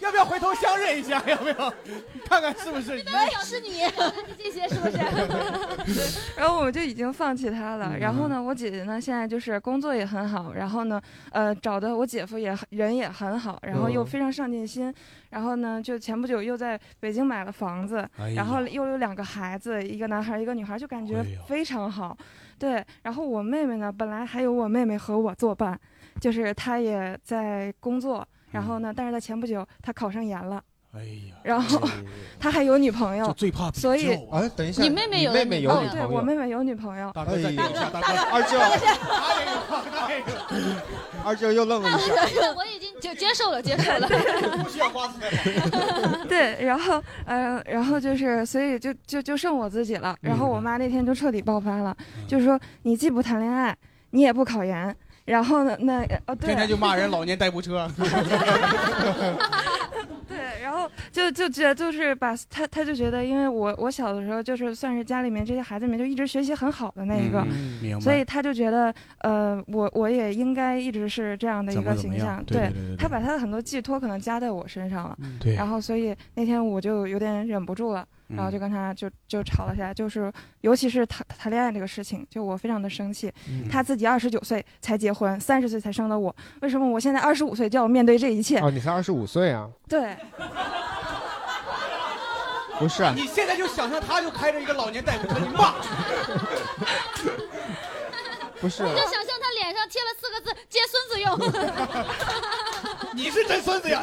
要不要回头相认一下？要不要看看是不是一样？是你，这些是不是？然后我就已经放弃他了。然嗯后呢，我姐姐呢现在就是工作也很好，然后呢，呃，找的我姐夫也很人也很好，然后又嗯非常上进心，然后呢，就前不久又在北京买了房子，哎然后呀哎又有两个孩子，一个男孩儿一个女孩儿，就感觉非常好。对，然后我妹妹呢，本来还有我妹妹和我作伴，就是她也在工作，然嗯后呢，但是在前不久她考上研了。哎呀，然后嗯 [LAUGHS] 她还有女朋友，就最怕比所以较啊哎等一下你妹妹有你妹妹有哦女对朋我友妹妹有女朋友。哥哎再等一下呀大哥大哥二舅二舅又愣了一下。我已经接接受了，接受了。不需要花钱。 [LAUGHS] 对，然后呃，然后就是，所以就就就剩我自己了。然嗯后我妈那天就彻底爆发了，嗯就是说你既不谈恋爱，你也不考研，然后呢，那哦对，天天就骂 [LAUGHS] 人，老年代步 [LAUGHS] 车。对，然后就就觉得就是把他他就觉得，因为我我小的时候就是算是家里面这些孩子里面就一直学习很好的那一个，嗯明白所以他就觉得呃我我也应该一直是这样的一怎么个怎么形样象，对对对对对嗯他把他的很多寄托可能加在我身上了，对然后所以那天我就有点忍不住了。然嗯后就跟他就就吵了起来，就是尤其是谈谈恋爱这个事情，就我非常的生气。嗯他自己二十九岁才结婚，三十岁才生的我，为什么我现在二十五岁就要面对这一切？啊，你才二十五岁啊？对，，不是啊，你现在就想象他就开着一个老年代步车，你骂。 [LAUGHS] 不是啊我就想象他脸上贴了四个字“接孙子用你是真孙子呀！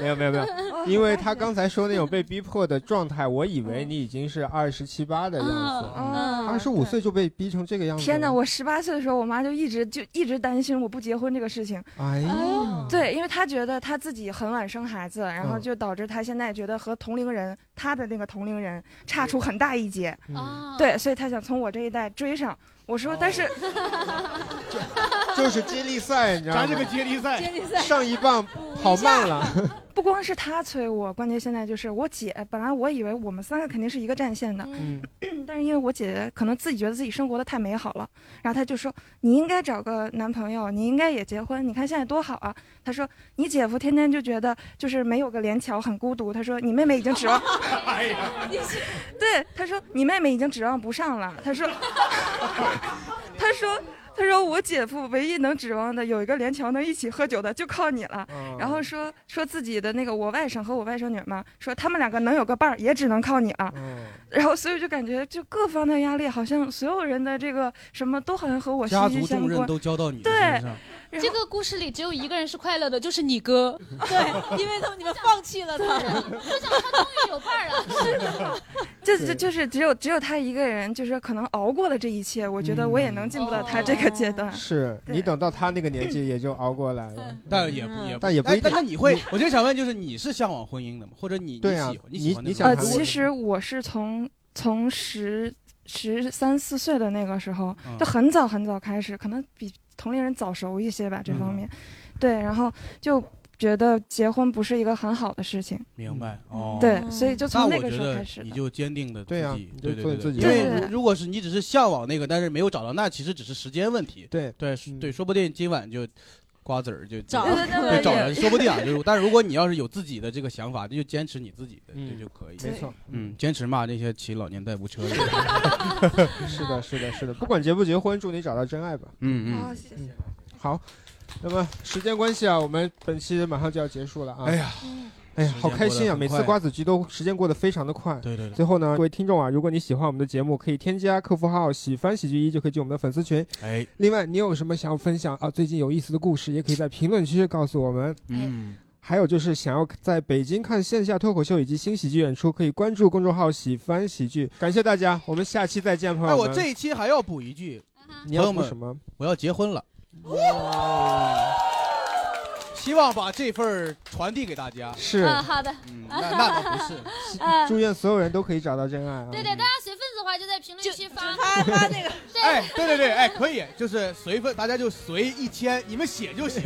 没有没有没有因为他刚才说那种被逼迫的状态，我以为你已经是二十七八的样子，二十五岁就被逼成这个样子。天哪！！我十八岁的时候，我妈就一直就一直担心我不结婚这个事情。哎呀，对，因为她觉得她自己很晚生孩子，然后嗯就导致她现在觉得和同龄人，她的那个同龄人差出很大一截。嗯对，哦所以她想从我这一代追上。我说，但是哦 [LAUGHS] 就是接力赛，你知道吗？咱这个接力赛接力赛 [LAUGHS] 上一棒跑慢了。不光是她催我，关键现在就是我姐。本来我以为我们三个肯定是一个战线的，嗯， [CLEARS THROAT] 但是因为我姐姐可能自己觉得自己生活的太美好了，然后她就说你应该找个男朋友，你应该也结婚，你看现在多好啊。她说你姐夫天天就觉得就是没有个连桥很孤独。她说你妹妹已经指望，哎呀，对，她说你妹妹已经指望不上了。她说， [LAUGHS] 她说。她说：“我姐夫唯一能指望的有一个连桥能一起喝酒的，就靠你了。然后说说自己的那个我外甥和我外甥女嘛，说他们两个能有个伴儿，也只能靠你了。然后所以就感觉就各方的压力，好像所有人的这个什么都好像和我息家息族相重任关。都交到你的身上对，”。这个故事里只有一个人是快乐的，就是你 [LAUGHS] 哥。对，因为他们你们放弃了他，我想他终于有伴儿了。就就就是只有只有他一个人，就是可能熬过了这一切，我觉得我也能进步到他这个阶段。 [LAUGHS] 是你等到他那个年纪也就熬过来了，但也不也不，嗯但也不一定哎那你会，我就想问，就是你是向往婚姻的吗？或者你对啊你喜欢喜欢那你你种想呃，谈其实我是从从十十三四岁的那个时候，嗯就很早很早开始，可能比同龄人早熟一些吧，这嗯方面。对，然后就觉得结婚不是一个很好的事情。明白哦，对所以就从那个时候我觉得开始的你就坚定的对啊你就对对做对你自己因为对如如果是你只是向往那个，但是没有找到，那其实只是时间问题。对嗯对对，说不定今晚就瓜子儿就找就对对对对找也人，说不定啊。就是，但是如果你要是有自己的这个想法，那就坚持你自己的，这就可以。没错，嗯，坚持骂那些骑老年代步车的。 [LAUGHS] 是的，是的，是的，不管结不结婚，祝你找到真爱吧。嗯哦，嗯，谢谢。好，那么时间关系啊，我们本期马上就要结束了啊。哎呀哎呀，时间好开心过得啊！很每次快瓜子鸡都时间过得非常的快。对对对最后呢，各位听众啊，如果你喜欢我们的节目，可以添加客服号“喜欢喜剧一”就可以进我们的粉丝群。哎，另外你有什么想要分享啊，最近有意思的故事，也可以在评论区告诉我们。嗯，还有就是想要在北京看线下脱口秀以及新喜剧演出，可以关注公众号“喜翻喜剧”。感谢大家，我们下期再见，朋哎，友们。我这一期还要补一句，嗯你要朋友们补什么？我要结婚了。希望把这份儿传递给大家。是啊好的嗯，那那倒不是。呃祝愿所有人都可以找到真爱啊！对对，大家随份子的话就在评论区发发发那个，哎，对对对，哎，可以，就是随份，大家就随一千，你们写就行。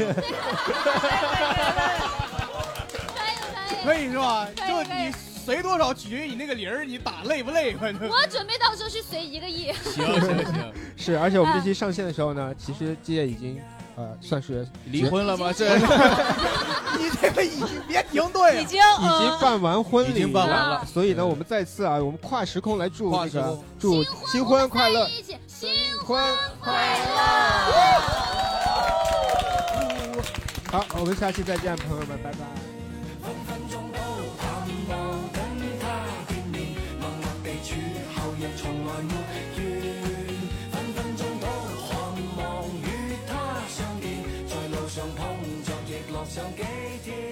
可以是吧？哎可以可就以啊你随多少取决于你那个零儿，你打累不累，反正。我准备到时候去随一个亿。行行行， [LAUGHS] 嗯是，而且我们这期上线的时候呢，其实季姐已经呃算是离婚了吗？这 [LAUGHS] 你这个已经别停顿了，已经呃已经办完婚礼，已经办完了所以呢，我们再次啊，我们跨时空来祝跨那时个空祝新婚快乐，一起新婚快乐。好，我们下期再见，朋友们，拜拜。分分鐘都盼望等他見面，默默地處後日從來沒怨，分分鐘都渴望與他相見，在路上碰着亦樂上幾天。